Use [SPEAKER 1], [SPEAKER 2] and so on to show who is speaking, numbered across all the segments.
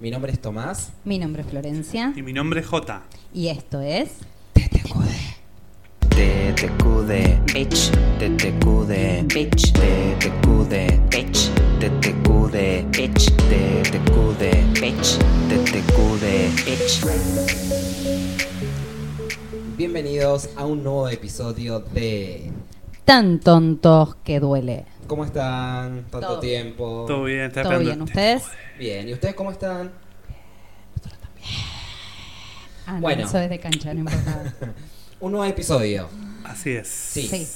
[SPEAKER 1] Mi nombre es Tomás.
[SPEAKER 2] Mi nombre es Florencia
[SPEAKER 3] Y mi nombre es Jota.
[SPEAKER 2] y esto es
[SPEAKER 4] TTQD,
[SPEAKER 5] bitch,
[SPEAKER 4] TTQD,
[SPEAKER 5] bitch,
[SPEAKER 4] TTQD,
[SPEAKER 5] bitch,
[SPEAKER 4] TTQD,
[SPEAKER 5] bitch,
[SPEAKER 4] TTQD,
[SPEAKER 5] bitch,
[SPEAKER 4] TTQD.
[SPEAKER 5] bitch.
[SPEAKER 1] Bienvenidos a un nuevo episodio de...
[SPEAKER 2] Tan tontos que duele.
[SPEAKER 1] ¿Cómo están? Tanto
[SPEAKER 2] Todo bien.
[SPEAKER 1] tiempo.
[SPEAKER 3] Todo bien, está este
[SPEAKER 2] ¿Todo
[SPEAKER 3] esperando-
[SPEAKER 2] bien ustedes?
[SPEAKER 1] Bien, ¿y ustedes cómo están?
[SPEAKER 2] Ah, no,
[SPEAKER 1] Bueno.
[SPEAKER 2] eso es de cancha, no importa.
[SPEAKER 1] Un nuevo episodio.
[SPEAKER 3] Así es.
[SPEAKER 1] Sí.
[SPEAKER 2] Sí.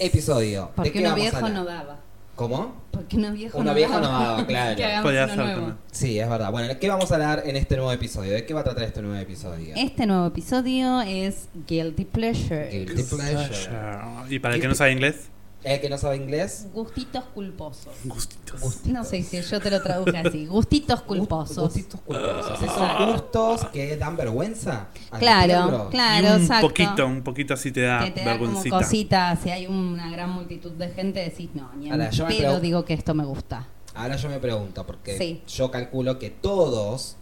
[SPEAKER 1] Episodio. ¿De
[SPEAKER 2] Porque
[SPEAKER 1] qué
[SPEAKER 2] uno
[SPEAKER 1] vamos a
[SPEAKER 2] viejo
[SPEAKER 1] hablar?
[SPEAKER 2] no daba.
[SPEAKER 1] ¿Cómo?
[SPEAKER 2] Porque uno viejo
[SPEAKER 1] Uno
[SPEAKER 2] no
[SPEAKER 1] viejo
[SPEAKER 2] daba.
[SPEAKER 1] no daba, claro.
[SPEAKER 2] Que hagamos
[SPEAKER 3] Podía
[SPEAKER 2] uno
[SPEAKER 3] ser
[SPEAKER 2] nuevo.
[SPEAKER 3] también.
[SPEAKER 1] Sí, es verdad. Bueno, ¿qué vamos a hablar en este nuevo episodio? ¿De qué va a tratar este nuevo episodio?
[SPEAKER 2] Este nuevo episodio es Guilty Pleasure.
[SPEAKER 1] Guilty pleasure.
[SPEAKER 3] Pleasure. Y para el que no sabe inglés,
[SPEAKER 1] El que no sabe inglés,
[SPEAKER 2] Gustitos culposos.
[SPEAKER 3] gustitos.
[SPEAKER 2] No sé si yo te lo traduje así. Gustitos culposos.
[SPEAKER 1] Gustitos culposos. Esos gustos que dan vergüenza.
[SPEAKER 2] Claro,
[SPEAKER 1] admitirlo.
[SPEAKER 2] claro,
[SPEAKER 3] y un
[SPEAKER 2] exacto.
[SPEAKER 3] poquito, un poquito así te da
[SPEAKER 2] que te da como
[SPEAKER 3] Ah, vergüencita.
[SPEAKER 2] cositas, si hay una gran multitud de gente, decís, no, ni en
[SPEAKER 1] Ahora, yo me
[SPEAKER 2] pedo
[SPEAKER 1] pregu-
[SPEAKER 2] digo que esto me gusta.
[SPEAKER 1] Ahora yo me pregunto, porque
[SPEAKER 2] Sí.
[SPEAKER 1] yo calculo que todos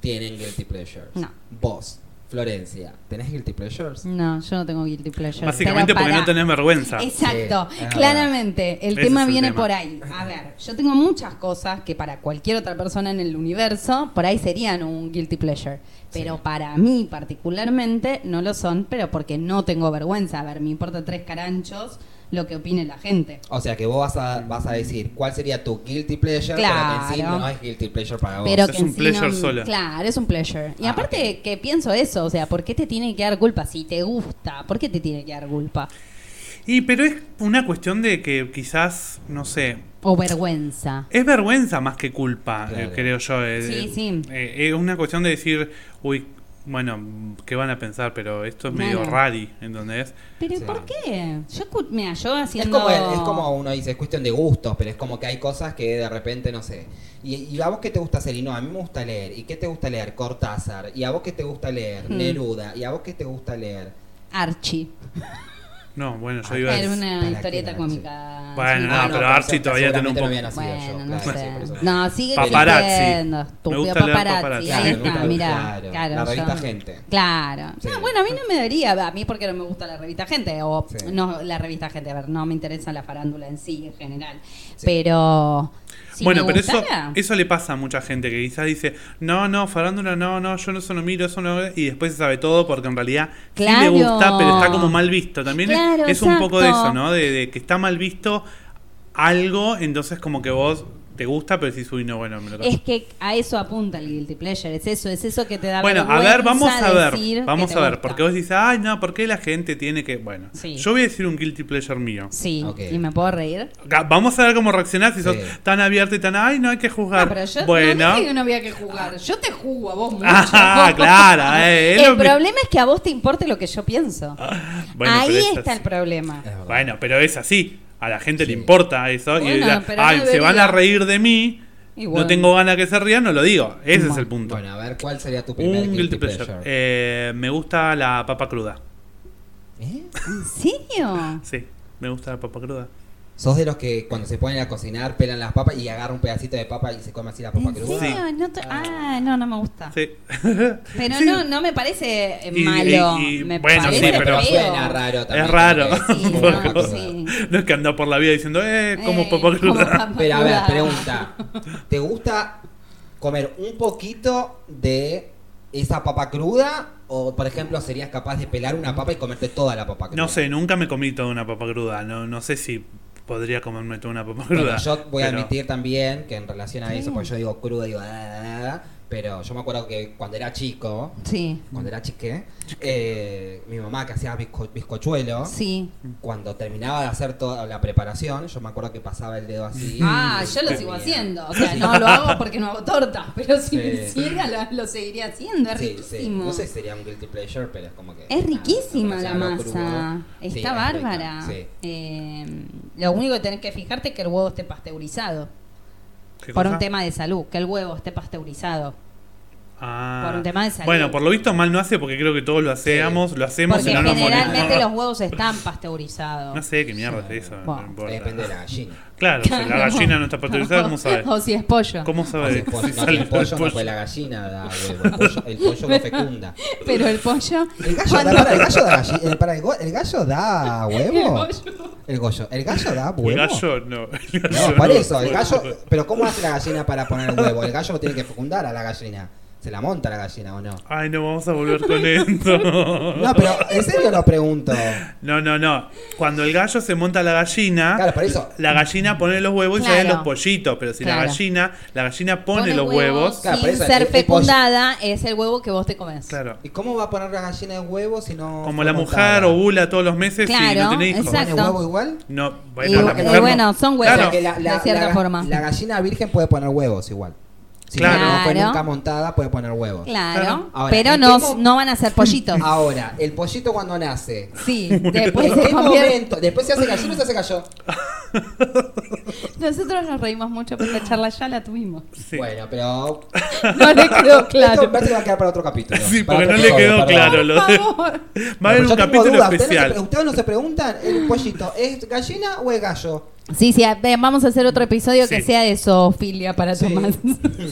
[SPEAKER 1] tienen guilty pleasures.
[SPEAKER 2] No.
[SPEAKER 1] Vos, Florencia, ¿tenés guilty pleasures?
[SPEAKER 2] No, yo no tengo guilty pleasure.
[SPEAKER 3] Básicamente
[SPEAKER 2] pero
[SPEAKER 3] porque
[SPEAKER 2] pará.
[SPEAKER 3] no tenés vergüenza.
[SPEAKER 2] Exacto,
[SPEAKER 1] Sí, es
[SPEAKER 2] claramente, el
[SPEAKER 3] Ese
[SPEAKER 2] tema
[SPEAKER 3] es el
[SPEAKER 2] viene
[SPEAKER 3] tema.
[SPEAKER 2] por ahí. A ver, yo tengo muchas cosas que para cualquier otra persona en el universo, por ahí serían un guilty pleasure. Pero
[SPEAKER 1] Sí.
[SPEAKER 2] para mí particularmente no lo son, pero porque no tengo vergüenza. A ver, me importa tres caranchos lo que opine la gente.
[SPEAKER 1] O sea que vos vas a, vas a decir cuál sería tu guilty pleasure, pero que en sí
[SPEAKER 2] Claro.
[SPEAKER 1] no es guilty pleasure para vos.
[SPEAKER 2] Pero
[SPEAKER 3] Es
[SPEAKER 2] que en
[SPEAKER 3] un
[SPEAKER 2] sí
[SPEAKER 3] pleasure
[SPEAKER 2] no-
[SPEAKER 3] solo.
[SPEAKER 2] Claro, es un pleasure. Y
[SPEAKER 1] Ah,
[SPEAKER 2] aparte que pienso eso, o sea, ¿por qué te tiene que dar culpa si te gusta? ¿Por qué te tiene que dar culpa?
[SPEAKER 3] Y pero es una cuestión de que quizás, no sé,
[SPEAKER 2] O vergüenza.
[SPEAKER 3] es vergüenza más que culpa,
[SPEAKER 1] Claro.
[SPEAKER 3] eh, creo yo. eh,
[SPEAKER 2] Sí,
[SPEAKER 3] eh,
[SPEAKER 2] sí.
[SPEAKER 3] eh, es una cuestión de decir, uy, bueno, ¿qué van a pensar? Pero esto es medio
[SPEAKER 2] Claro.
[SPEAKER 3] rari, ¿entendés?
[SPEAKER 2] Pero ¿y
[SPEAKER 1] Sí.
[SPEAKER 2] ¿por qué? Yo, escu- mira, yo
[SPEAKER 1] es
[SPEAKER 2] haciendo...
[SPEAKER 1] como, es como uno dice, es cuestión de gustos, pero es como que hay cosas que de repente, no sé. ¿Y, y a vos qué te gusta hacer? Y no, a mí me gusta leer. ¿Y qué te gusta leer? Cortázar. ¿Y a vos qué te gusta leer?
[SPEAKER 2] Mm.
[SPEAKER 1] Neruda. ¿Y a vos qué te gusta leer?
[SPEAKER 3] Ah,
[SPEAKER 2] Archie.
[SPEAKER 3] No, bueno, yo
[SPEAKER 1] Ah,
[SPEAKER 3] iba a
[SPEAKER 2] Era
[SPEAKER 3] decir-
[SPEAKER 2] una
[SPEAKER 1] ¿Para
[SPEAKER 2] historieta
[SPEAKER 1] qué
[SPEAKER 2] cómica.
[SPEAKER 3] Bueno,
[SPEAKER 2] Sí,
[SPEAKER 3] no, pero Archie
[SPEAKER 1] se-
[SPEAKER 3] todavía tiene un
[SPEAKER 1] seguramente
[SPEAKER 3] poco-
[SPEAKER 1] no había nacido
[SPEAKER 2] Bueno,
[SPEAKER 1] yo,
[SPEAKER 2] no
[SPEAKER 1] claro, sí, por eso
[SPEAKER 2] sé.
[SPEAKER 1] no.
[SPEAKER 2] No, sigue
[SPEAKER 3] Paparazzi.
[SPEAKER 2] creciendo.
[SPEAKER 3] Me
[SPEAKER 2] Estúpido
[SPEAKER 3] gusta leer
[SPEAKER 2] paparazzi.
[SPEAKER 3] paparazzi.
[SPEAKER 2] Ahí
[SPEAKER 1] Claro,
[SPEAKER 2] está,
[SPEAKER 1] claro,
[SPEAKER 2] mirá.
[SPEAKER 1] claro.
[SPEAKER 2] Claro,
[SPEAKER 1] La revista
[SPEAKER 2] yo-
[SPEAKER 1] Gente.
[SPEAKER 2] Claro.
[SPEAKER 1] Sí.
[SPEAKER 2] No, bueno, a mí no me daría, a mí porque no me gusta la revista Gente, o
[SPEAKER 1] Sí.
[SPEAKER 2] no la revista Gente, a ver, no me interesa la farándula en sí, en general.
[SPEAKER 1] Sí.
[SPEAKER 2] Pero... si
[SPEAKER 3] bueno,
[SPEAKER 2] me
[SPEAKER 3] pero eso,
[SPEAKER 2] gustara-
[SPEAKER 3] eso le pasa a mucha gente que quizás dice, no, no, farándula, no, no, yo no eso no miro, eso no. Y después se sabe todo porque en realidad sí le
[SPEAKER 2] Claro.
[SPEAKER 3] gusta, pero está como mal visto. También es-
[SPEAKER 2] Claro,
[SPEAKER 3] es, un poco de
[SPEAKER 2] exacto.
[SPEAKER 3] eso, ¿no? De, de que está mal visto algo, entonces como que vos te gusta, pero decís, uy, no, bueno, me lo
[SPEAKER 2] Es que a eso apunta el guilty pleasure, es eso, es eso que te da
[SPEAKER 3] Bueno, a
[SPEAKER 2] vergüenza
[SPEAKER 3] ver, vamos a
[SPEAKER 2] decir
[SPEAKER 3] ver,
[SPEAKER 2] que
[SPEAKER 3] vamos
[SPEAKER 2] te
[SPEAKER 3] a ver,
[SPEAKER 2] gusta.
[SPEAKER 3] porque vos dices, ay, no, ¿por qué la gente tiene que...? Bueno,
[SPEAKER 2] Sí.
[SPEAKER 3] yo voy a decir un guilty pleasure mío.
[SPEAKER 2] Sí,
[SPEAKER 1] Ok.
[SPEAKER 2] y me puedo reír.
[SPEAKER 3] Ga- Vamos a ver cómo reaccionás si sos
[SPEAKER 1] Sí.
[SPEAKER 3] tan abierto y tan, ay, no hay que juzgar.
[SPEAKER 2] No, pero yo
[SPEAKER 3] bueno,
[SPEAKER 2] no dije que no había que jugar. Yo te jugo a vos mucho.
[SPEAKER 3] Ah, claro, eh, es
[SPEAKER 2] el
[SPEAKER 3] lo que-
[SPEAKER 2] problema es que a vos te importe lo que yo pienso.
[SPEAKER 3] bueno,
[SPEAKER 2] Ahí
[SPEAKER 3] pero es Eh,
[SPEAKER 2] está
[SPEAKER 3] así.
[SPEAKER 2] el problema.
[SPEAKER 1] Es verdad.
[SPEAKER 3] Bueno, pero es así. A la gente le
[SPEAKER 1] Sí.
[SPEAKER 3] importa eso. y
[SPEAKER 2] Bueno,
[SPEAKER 3] dirá,
[SPEAKER 2] pero no
[SPEAKER 3] ay, se van a
[SPEAKER 2] debería".
[SPEAKER 3] reír de mí.
[SPEAKER 2] Y bueno.
[SPEAKER 3] No tengo ganas que se rían, no lo digo. Ese es
[SPEAKER 2] Bueno.
[SPEAKER 3] el punto.
[SPEAKER 1] Bueno, a ver, ¿cuál sería tu
[SPEAKER 3] un
[SPEAKER 1] primer
[SPEAKER 3] guilty, pleasure. Eh, me gusta la papa cruda.
[SPEAKER 1] ¿Eh?
[SPEAKER 2] ¿En serio?
[SPEAKER 3] Sí, me gusta la papa cruda.
[SPEAKER 1] ¿Sos de los que cuando se ponen a cocinar pelan las papas y agarra un pedacito de papa y se come así la papa
[SPEAKER 2] ¿En
[SPEAKER 1] cruda?
[SPEAKER 2] serio? No te- Ah, no, no me gusta.
[SPEAKER 3] Sí.
[SPEAKER 2] Pero
[SPEAKER 3] Sí.
[SPEAKER 2] no, no me parece eh,
[SPEAKER 3] Y- y-
[SPEAKER 2] malo.
[SPEAKER 3] y-
[SPEAKER 2] me
[SPEAKER 3] bueno,
[SPEAKER 2] parece
[SPEAKER 3] sí, pero-
[SPEAKER 2] feo.
[SPEAKER 1] suena raro también.
[SPEAKER 3] es raro.
[SPEAKER 2] Sí,
[SPEAKER 3] un
[SPEAKER 2] no,
[SPEAKER 3] poco.
[SPEAKER 2] sí.
[SPEAKER 3] No es que anda por la vida diciendo, eh, como
[SPEAKER 2] Eh,
[SPEAKER 3] papa
[SPEAKER 2] como
[SPEAKER 3] cruda.
[SPEAKER 2] papa
[SPEAKER 1] Pero a ver,
[SPEAKER 2] cruda.
[SPEAKER 1] pregunta. ¿Te gusta comer un poquito de esa papa cruda? O, por ejemplo, serías capaz de pelar una papa y comerte toda la papa cruda.
[SPEAKER 3] No sé, nunca me comí toda una papa cruda. No, no sé si podría comerme toda una papa
[SPEAKER 1] Bueno,
[SPEAKER 3] cruda.
[SPEAKER 1] yo voy a
[SPEAKER 3] pero-
[SPEAKER 1] admitir también que en relación a eso, porque yo digo cruda, digo. "Ah, ah, ah", pero yo me acuerdo que cuando era chico,
[SPEAKER 2] Sí,
[SPEAKER 1] cuando era chique, eh, mi mamá que hacía bizco- bizcochuelo,
[SPEAKER 2] sí.
[SPEAKER 1] cuando terminaba de hacer toda la preparación, yo me acuerdo que pasaba el dedo así.
[SPEAKER 2] Ah,
[SPEAKER 1] y
[SPEAKER 2] yo lo
[SPEAKER 1] comía.
[SPEAKER 2] sigo haciendo. O sea, no lo hago porque no hago tortas, pero si lo
[SPEAKER 1] Sí.
[SPEAKER 2] hiciera lo, lo seguiría haciendo. Es
[SPEAKER 1] Sí, sí.
[SPEAKER 2] riquísimo.
[SPEAKER 1] No sé si sería un guilty pleasure, pero es como que.
[SPEAKER 2] Es riquísima
[SPEAKER 1] nada,
[SPEAKER 2] la
[SPEAKER 1] en relación a lo
[SPEAKER 2] masa.
[SPEAKER 1] crudo, sí,
[SPEAKER 2] Está
[SPEAKER 1] es
[SPEAKER 2] bárbara.
[SPEAKER 1] rica, sí.
[SPEAKER 2] Eh, lo único que tenés que fijarte es que el huevo esté pasteurizado.
[SPEAKER 3] ¿Qué
[SPEAKER 2] Por
[SPEAKER 3] cosa?
[SPEAKER 2] un tema de salud, que el huevo esté pasteurizado.
[SPEAKER 3] Ah.
[SPEAKER 2] Por un tema de salud.
[SPEAKER 3] Bueno, por lo visto mal no hace porque creo que todos lo hacemos, lo hacemos
[SPEAKER 2] Porque
[SPEAKER 3] y no nos
[SPEAKER 2] generalmente
[SPEAKER 3] morimos.
[SPEAKER 2] los huevos están pasteurizados.
[SPEAKER 3] No sé qué mierda es eso.
[SPEAKER 2] Bueno.
[SPEAKER 3] no importa.
[SPEAKER 1] Depende de la gallina.
[SPEAKER 3] Claro, si la gallina no está pasteurizada, ¿cómo sabe?
[SPEAKER 2] O si es pollo.
[SPEAKER 3] ¿Cómo
[SPEAKER 1] No,
[SPEAKER 3] sabe?
[SPEAKER 1] el pollo,
[SPEAKER 3] si
[SPEAKER 1] no,
[SPEAKER 3] sale
[SPEAKER 1] el pollo no,
[SPEAKER 3] pollo?
[SPEAKER 1] pues la gallina da huevo. El pollo, el pollo no fecunda.
[SPEAKER 2] Pero el pollo.
[SPEAKER 1] El gallo,
[SPEAKER 2] cuando-
[SPEAKER 1] da, para, el gallo da galli- eh, para, el, go- el gallo da huevo. El
[SPEAKER 2] El pollo.
[SPEAKER 1] gallo, el gallo da huevo.
[SPEAKER 3] El gallo no. El gallo
[SPEAKER 1] No, por
[SPEAKER 3] no.
[SPEAKER 1] eso, el gallo. Pero ¿cómo hace la gallina para poner el huevo? El gallo lo tiene que fecundar a la gallina. ¿Se la monta la gallina o no?
[SPEAKER 3] Ay, no vamos a volver con esto.
[SPEAKER 1] No, pero en serio lo pregunto.
[SPEAKER 3] No, no, no. Cuando el gallo se monta a la gallina,
[SPEAKER 1] Claro, por eso.
[SPEAKER 3] la gallina pone los huevos y
[SPEAKER 2] Claro.
[SPEAKER 3] salen los pollitos. Pero si la
[SPEAKER 2] Claro.
[SPEAKER 3] gallina, la gallina pone, los huevos.
[SPEAKER 1] Claro, por
[SPEAKER 2] sin
[SPEAKER 1] eso, el-
[SPEAKER 2] ser
[SPEAKER 1] el pollo-
[SPEAKER 2] fecundada es el huevo que vos te comes.
[SPEAKER 3] Claro.
[SPEAKER 1] ¿Y cómo va a poner la gallina el huevo si no.?
[SPEAKER 3] Como
[SPEAKER 1] fue
[SPEAKER 3] la
[SPEAKER 1] montada?
[SPEAKER 3] mujer ovula todos los meses y no
[SPEAKER 2] Claro,
[SPEAKER 3] tiene hijos.
[SPEAKER 1] ¿Pone
[SPEAKER 2] exacto.
[SPEAKER 1] huevo igual?
[SPEAKER 3] No,
[SPEAKER 2] Y-
[SPEAKER 3] bueno, la
[SPEAKER 2] eh,
[SPEAKER 3] mujer no-
[SPEAKER 2] bueno, son huevos.
[SPEAKER 3] Claro.
[SPEAKER 1] Porque
[SPEAKER 2] de cierta
[SPEAKER 1] ga-
[SPEAKER 2] forma.
[SPEAKER 1] la gallina virgen puede poner huevos igual. Si
[SPEAKER 3] Claro.
[SPEAKER 1] no fue
[SPEAKER 2] Claro.
[SPEAKER 1] nunca montada, puede poner huevos.
[SPEAKER 2] Claro.
[SPEAKER 1] Ahora, Ah.
[SPEAKER 2] pero
[SPEAKER 1] ¿en
[SPEAKER 2] no,
[SPEAKER 1] qué mo-
[SPEAKER 2] no van a ser pollitos.
[SPEAKER 1] Ahora, el pollito cuando nace.
[SPEAKER 2] Sí, después
[SPEAKER 1] ¿En
[SPEAKER 2] se
[SPEAKER 1] qué
[SPEAKER 2] convierte.
[SPEAKER 1] Este momento? ¿Después se hace gallina o se hace gallo?
[SPEAKER 2] Nosotros nos reímos mucho porque la charla ya la tuvimos.
[SPEAKER 3] Sí.
[SPEAKER 1] Bueno, pero.
[SPEAKER 2] No le quedó
[SPEAKER 1] Esto
[SPEAKER 2] claro.
[SPEAKER 1] parece que va a quedar para otro capítulo.
[SPEAKER 3] Sí,
[SPEAKER 1] para
[SPEAKER 3] porque no
[SPEAKER 1] otro
[SPEAKER 3] le
[SPEAKER 1] episodio,
[SPEAKER 3] quedó
[SPEAKER 1] perdón.
[SPEAKER 3] claro
[SPEAKER 2] Por
[SPEAKER 3] lo de-
[SPEAKER 2] favor.
[SPEAKER 3] Va a
[SPEAKER 1] Pero
[SPEAKER 3] haber un
[SPEAKER 1] yo tengo dudas. Ustedes
[SPEAKER 3] capítulo
[SPEAKER 1] no se pre-
[SPEAKER 3] especial.
[SPEAKER 1] Ustedes no se preguntan, ¿el pollito es gallina o es gallo?
[SPEAKER 2] Sí, sí, a- ve, vamos a hacer otro episodio que
[SPEAKER 3] Sí.
[SPEAKER 2] sea de zoofilia para
[SPEAKER 1] Sí.
[SPEAKER 2] Tomás.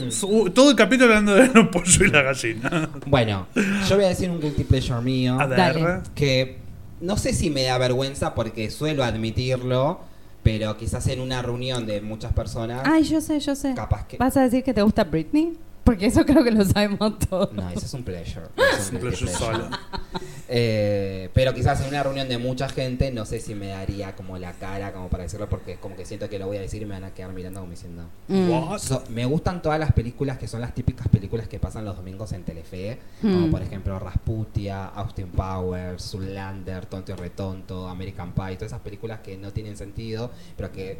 [SPEAKER 3] Su- Uh, Todo el capítulo hablando de los pollos y la gallina.
[SPEAKER 1] Bueno, yo voy a decir un guilty pleasure mío.
[SPEAKER 3] A ver.
[SPEAKER 2] Dale.
[SPEAKER 1] que no sé si me da vergüenza porque suelo admitirlo, pero quizás en una reunión de muchas personas.
[SPEAKER 2] Ay, yo sé, yo sé.
[SPEAKER 1] Capaz que-
[SPEAKER 2] ¿Vas a decir que te gusta Britney? Porque eso creo que lo sabemos todos.
[SPEAKER 1] No, eso es un pleasure. eso
[SPEAKER 3] Es un
[SPEAKER 1] guilty
[SPEAKER 3] pleasure solo.
[SPEAKER 1] Eh, pero quizás en una reunión de mucha gente, no sé si me daría como la cara como para decirlo, porque es como que siento que lo voy a decir y me van a quedar mirando como diciendo.
[SPEAKER 2] Mm.
[SPEAKER 3] What?
[SPEAKER 1] So- me gustan todas las películas que son las típicas películas que pasan los domingos en Telefe, como
[SPEAKER 2] Mm.
[SPEAKER 1] por ejemplo Rasputia, Austin Powers, Zoolander, Tonto y Retonto, American Pie, todas esas películas que no tienen sentido, pero que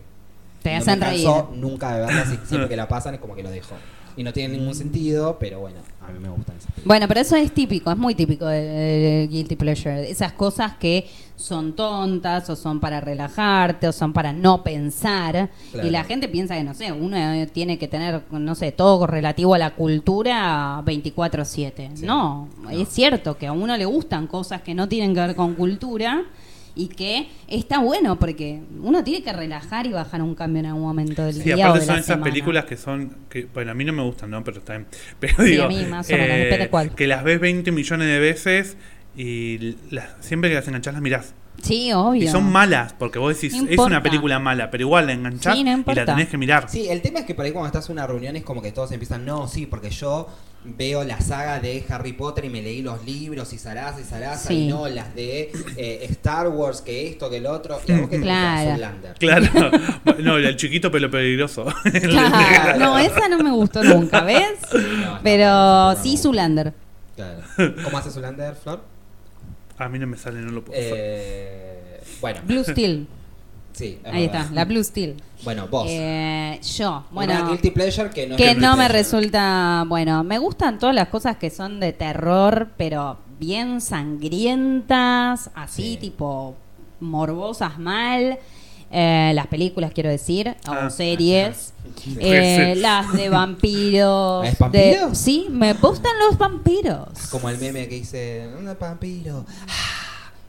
[SPEAKER 2] Te
[SPEAKER 1] no
[SPEAKER 2] hacen
[SPEAKER 1] me
[SPEAKER 2] reír.
[SPEAKER 1] canso nunca de verlas y siempre que la pasan es como que lo dejo. Y no tienen
[SPEAKER 2] Mm.
[SPEAKER 1] ningún sentido, pero bueno, a mí me gustan esas películas.
[SPEAKER 2] Bueno, pero eso es típico, es muy típico de, de Guilty Pleasure. Esas cosas que son tontas o son para relajarte o son para no pensar.
[SPEAKER 1] Claro.
[SPEAKER 2] Y la gente piensa que, no sé, uno eh, tiene que tener, no sé, todo relativo a la cultura 24/7.
[SPEAKER 1] Sí.
[SPEAKER 2] No,
[SPEAKER 1] No.
[SPEAKER 2] es cierto que a uno le gustan cosas que no tienen que ver con cultura. Y que está bueno porque uno tiene que relajar y bajar un cambio en algún momento del
[SPEAKER 3] Sí,
[SPEAKER 2] día. o
[SPEAKER 3] aparte
[SPEAKER 2] de
[SPEAKER 3] son
[SPEAKER 2] la
[SPEAKER 3] esas
[SPEAKER 2] semana.
[SPEAKER 3] películas que son. Que, bueno, a mí no me gustan, ¿no? Pero está bien. Pero
[SPEAKER 2] Sí,
[SPEAKER 3] digo. eh,
[SPEAKER 2] a mí más o menos, depende cuál.
[SPEAKER 3] Que las ves 20 millones de veces y las- siempre que las enganchás las mirás.
[SPEAKER 2] Sí, obvio.
[SPEAKER 3] Y son malas, porque vos decís,
[SPEAKER 2] No
[SPEAKER 3] es una
[SPEAKER 2] importa.
[SPEAKER 3] película mala, pero igual la enganchás
[SPEAKER 2] Sí, no
[SPEAKER 3] y la
[SPEAKER 2] importa.
[SPEAKER 3] tenés que mirar.
[SPEAKER 1] Sí, el tema es que por ahí cuando estás en una reunión es como que todos empiezan, no, sí, porque yo veo la saga de Harry Potter y me leí los libros y zaraza y zaraza
[SPEAKER 2] Sí.
[SPEAKER 1] y no las de eh, Star Wars, que esto, que el otro, y a vos que te gusta
[SPEAKER 2] Claro.
[SPEAKER 1] Zoolander.
[SPEAKER 3] Claro. no, el chiquito pero peligroso.
[SPEAKER 2] Claro. No, esa no me gustó nunca, ¿ves?
[SPEAKER 1] no,
[SPEAKER 2] Pero
[SPEAKER 1] no,
[SPEAKER 2] sí
[SPEAKER 1] no.
[SPEAKER 2] Zulander.
[SPEAKER 1] Claro. ¿Cómo hace Zoolander, Flor?
[SPEAKER 3] A mí no me sale, no lo puedo hacer.
[SPEAKER 1] Eh, bueno,
[SPEAKER 2] Blue Steel.
[SPEAKER 1] sí. es
[SPEAKER 2] Ahí
[SPEAKER 1] verdad.
[SPEAKER 2] está, la Blue Steel.
[SPEAKER 1] Bueno, vos.
[SPEAKER 2] Eh, yo,
[SPEAKER 1] Una
[SPEAKER 2] bueno,
[SPEAKER 1] guilty pleasure que no,
[SPEAKER 2] que
[SPEAKER 1] es
[SPEAKER 2] no me
[SPEAKER 1] guilty pleasure.
[SPEAKER 2] resulta, bueno, me gustan todas las cosas que son de terror, pero bien sangrientas, así
[SPEAKER 1] Sí.
[SPEAKER 2] tipo morbosas mal. Eh, las películas, quiero decir, o
[SPEAKER 3] Ah.
[SPEAKER 2] series.
[SPEAKER 1] Sí.
[SPEAKER 2] Eh,
[SPEAKER 3] Sí.
[SPEAKER 2] las de vampiros.
[SPEAKER 1] ¿Es
[SPEAKER 2] de-
[SPEAKER 1] vampiro?
[SPEAKER 2] sí, me gustan los vampiros.
[SPEAKER 1] Como el meme que dice, un vampiro. ah",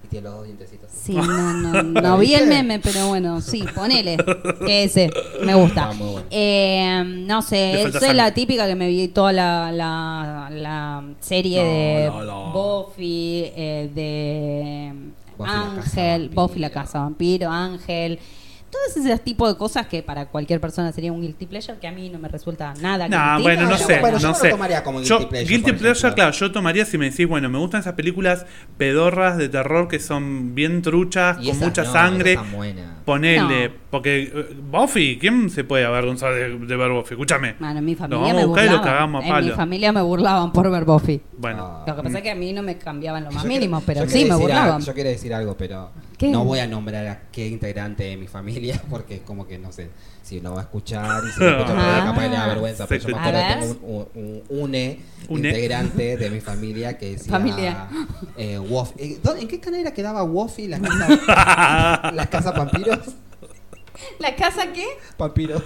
[SPEAKER 1] Y tiene los dos dientecitos.
[SPEAKER 2] Sí, no, no, no vi el meme, pero bueno, sí, ponele. Que ese, me gusta.
[SPEAKER 1] Está Ah, muy bueno.
[SPEAKER 2] Eh, no
[SPEAKER 3] Le
[SPEAKER 2] sé,
[SPEAKER 3] falta
[SPEAKER 2] soy
[SPEAKER 3] sangre.
[SPEAKER 2] la típica que me vi toda la, la, la serie
[SPEAKER 3] No,
[SPEAKER 2] de
[SPEAKER 3] no, no.
[SPEAKER 2] Buffy, eh, de
[SPEAKER 1] Buffy la
[SPEAKER 2] Ángel,
[SPEAKER 1] Casa
[SPEAKER 2] Buffy la
[SPEAKER 1] Vampiro.
[SPEAKER 2] Casa Vampiro, Ángel. Todos esos tipos de cosas que para cualquier persona sería un guilty pleasure, que a mí no me resulta nada.
[SPEAKER 3] No,
[SPEAKER 2] guilty.
[SPEAKER 3] bueno, no
[SPEAKER 1] yo-
[SPEAKER 3] sé,
[SPEAKER 1] bueno, yo
[SPEAKER 3] no
[SPEAKER 1] no lo
[SPEAKER 3] sé.
[SPEAKER 1] tomaría como guilty
[SPEAKER 3] Yo-
[SPEAKER 1] pleasure,
[SPEAKER 3] guilty
[SPEAKER 1] por ejemplo.
[SPEAKER 3] pleasure, claro, yo tomaría si me decís, bueno, me gustan esas películas pedorras de terror que son bien truchas,
[SPEAKER 1] Y
[SPEAKER 3] con
[SPEAKER 1] esas
[SPEAKER 3] mucha
[SPEAKER 1] no,
[SPEAKER 3] sangre.
[SPEAKER 1] esas están buenas.
[SPEAKER 3] Ponele,
[SPEAKER 2] No.
[SPEAKER 3] porque eh, Buffy, ¿quién se puede avergonzar de, de ver Buffy? Escúchame.
[SPEAKER 2] Bueno, en mi
[SPEAKER 3] Lo
[SPEAKER 2] familia
[SPEAKER 3] vamos
[SPEAKER 2] me
[SPEAKER 3] a buscar y lo
[SPEAKER 2] burlaban.
[SPEAKER 3] cagamos a
[SPEAKER 2] En mi
[SPEAKER 3] palo.
[SPEAKER 2] familia me burlaban por ver Buffy.
[SPEAKER 3] Bueno,
[SPEAKER 1] Ah.
[SPEAKER 2] Lo que pasa es que a mí no me cambiaban lo más
[SPEAKER 1] Yo
[SPEAKER 2] mínimo,
[SPEAKER 1] quiero-
[SPEAKER 2] pero
[SPEAKER 1] yo
[SPEAKER 2] sí
[SPEAKER 1] quiero
[SPEAKER 2] me
[SPEAKER 1] decir
[SPEAKER 2] burlaban.
[SPEAKER 1] algo- yo quiero decir algo, pero
[SPEAKER 2] ¿Qué?
[SPEAKER 1] no voy a nombrar a qué integrante de mi familia porque como que no sé si lo va a escuchar y si lo escucha por ahí
[SPEAKER 2] Ah.
[SPEAKER 1] capaz que le da vergüenza. Pero yo me
[SPEAKER 3] A
[SPEAKER 1] acuerdo que
[SPEAKER 2] ver.
[SPEAKER 1] tengo un, un- un une,
[SPEAKER 3] Une.
[SPEAKER 1] integrante de mi familia que decía
[SPEAKER 2] Familia.
[SPEAKER 1] eh, Wof- eh, ¿dónde- ¿En qué canal era que daba Woffy las casas, las casas vampiros?
[SPEAKER 2] ¿La casa qué?
[SPEAKER 1] Vampiros.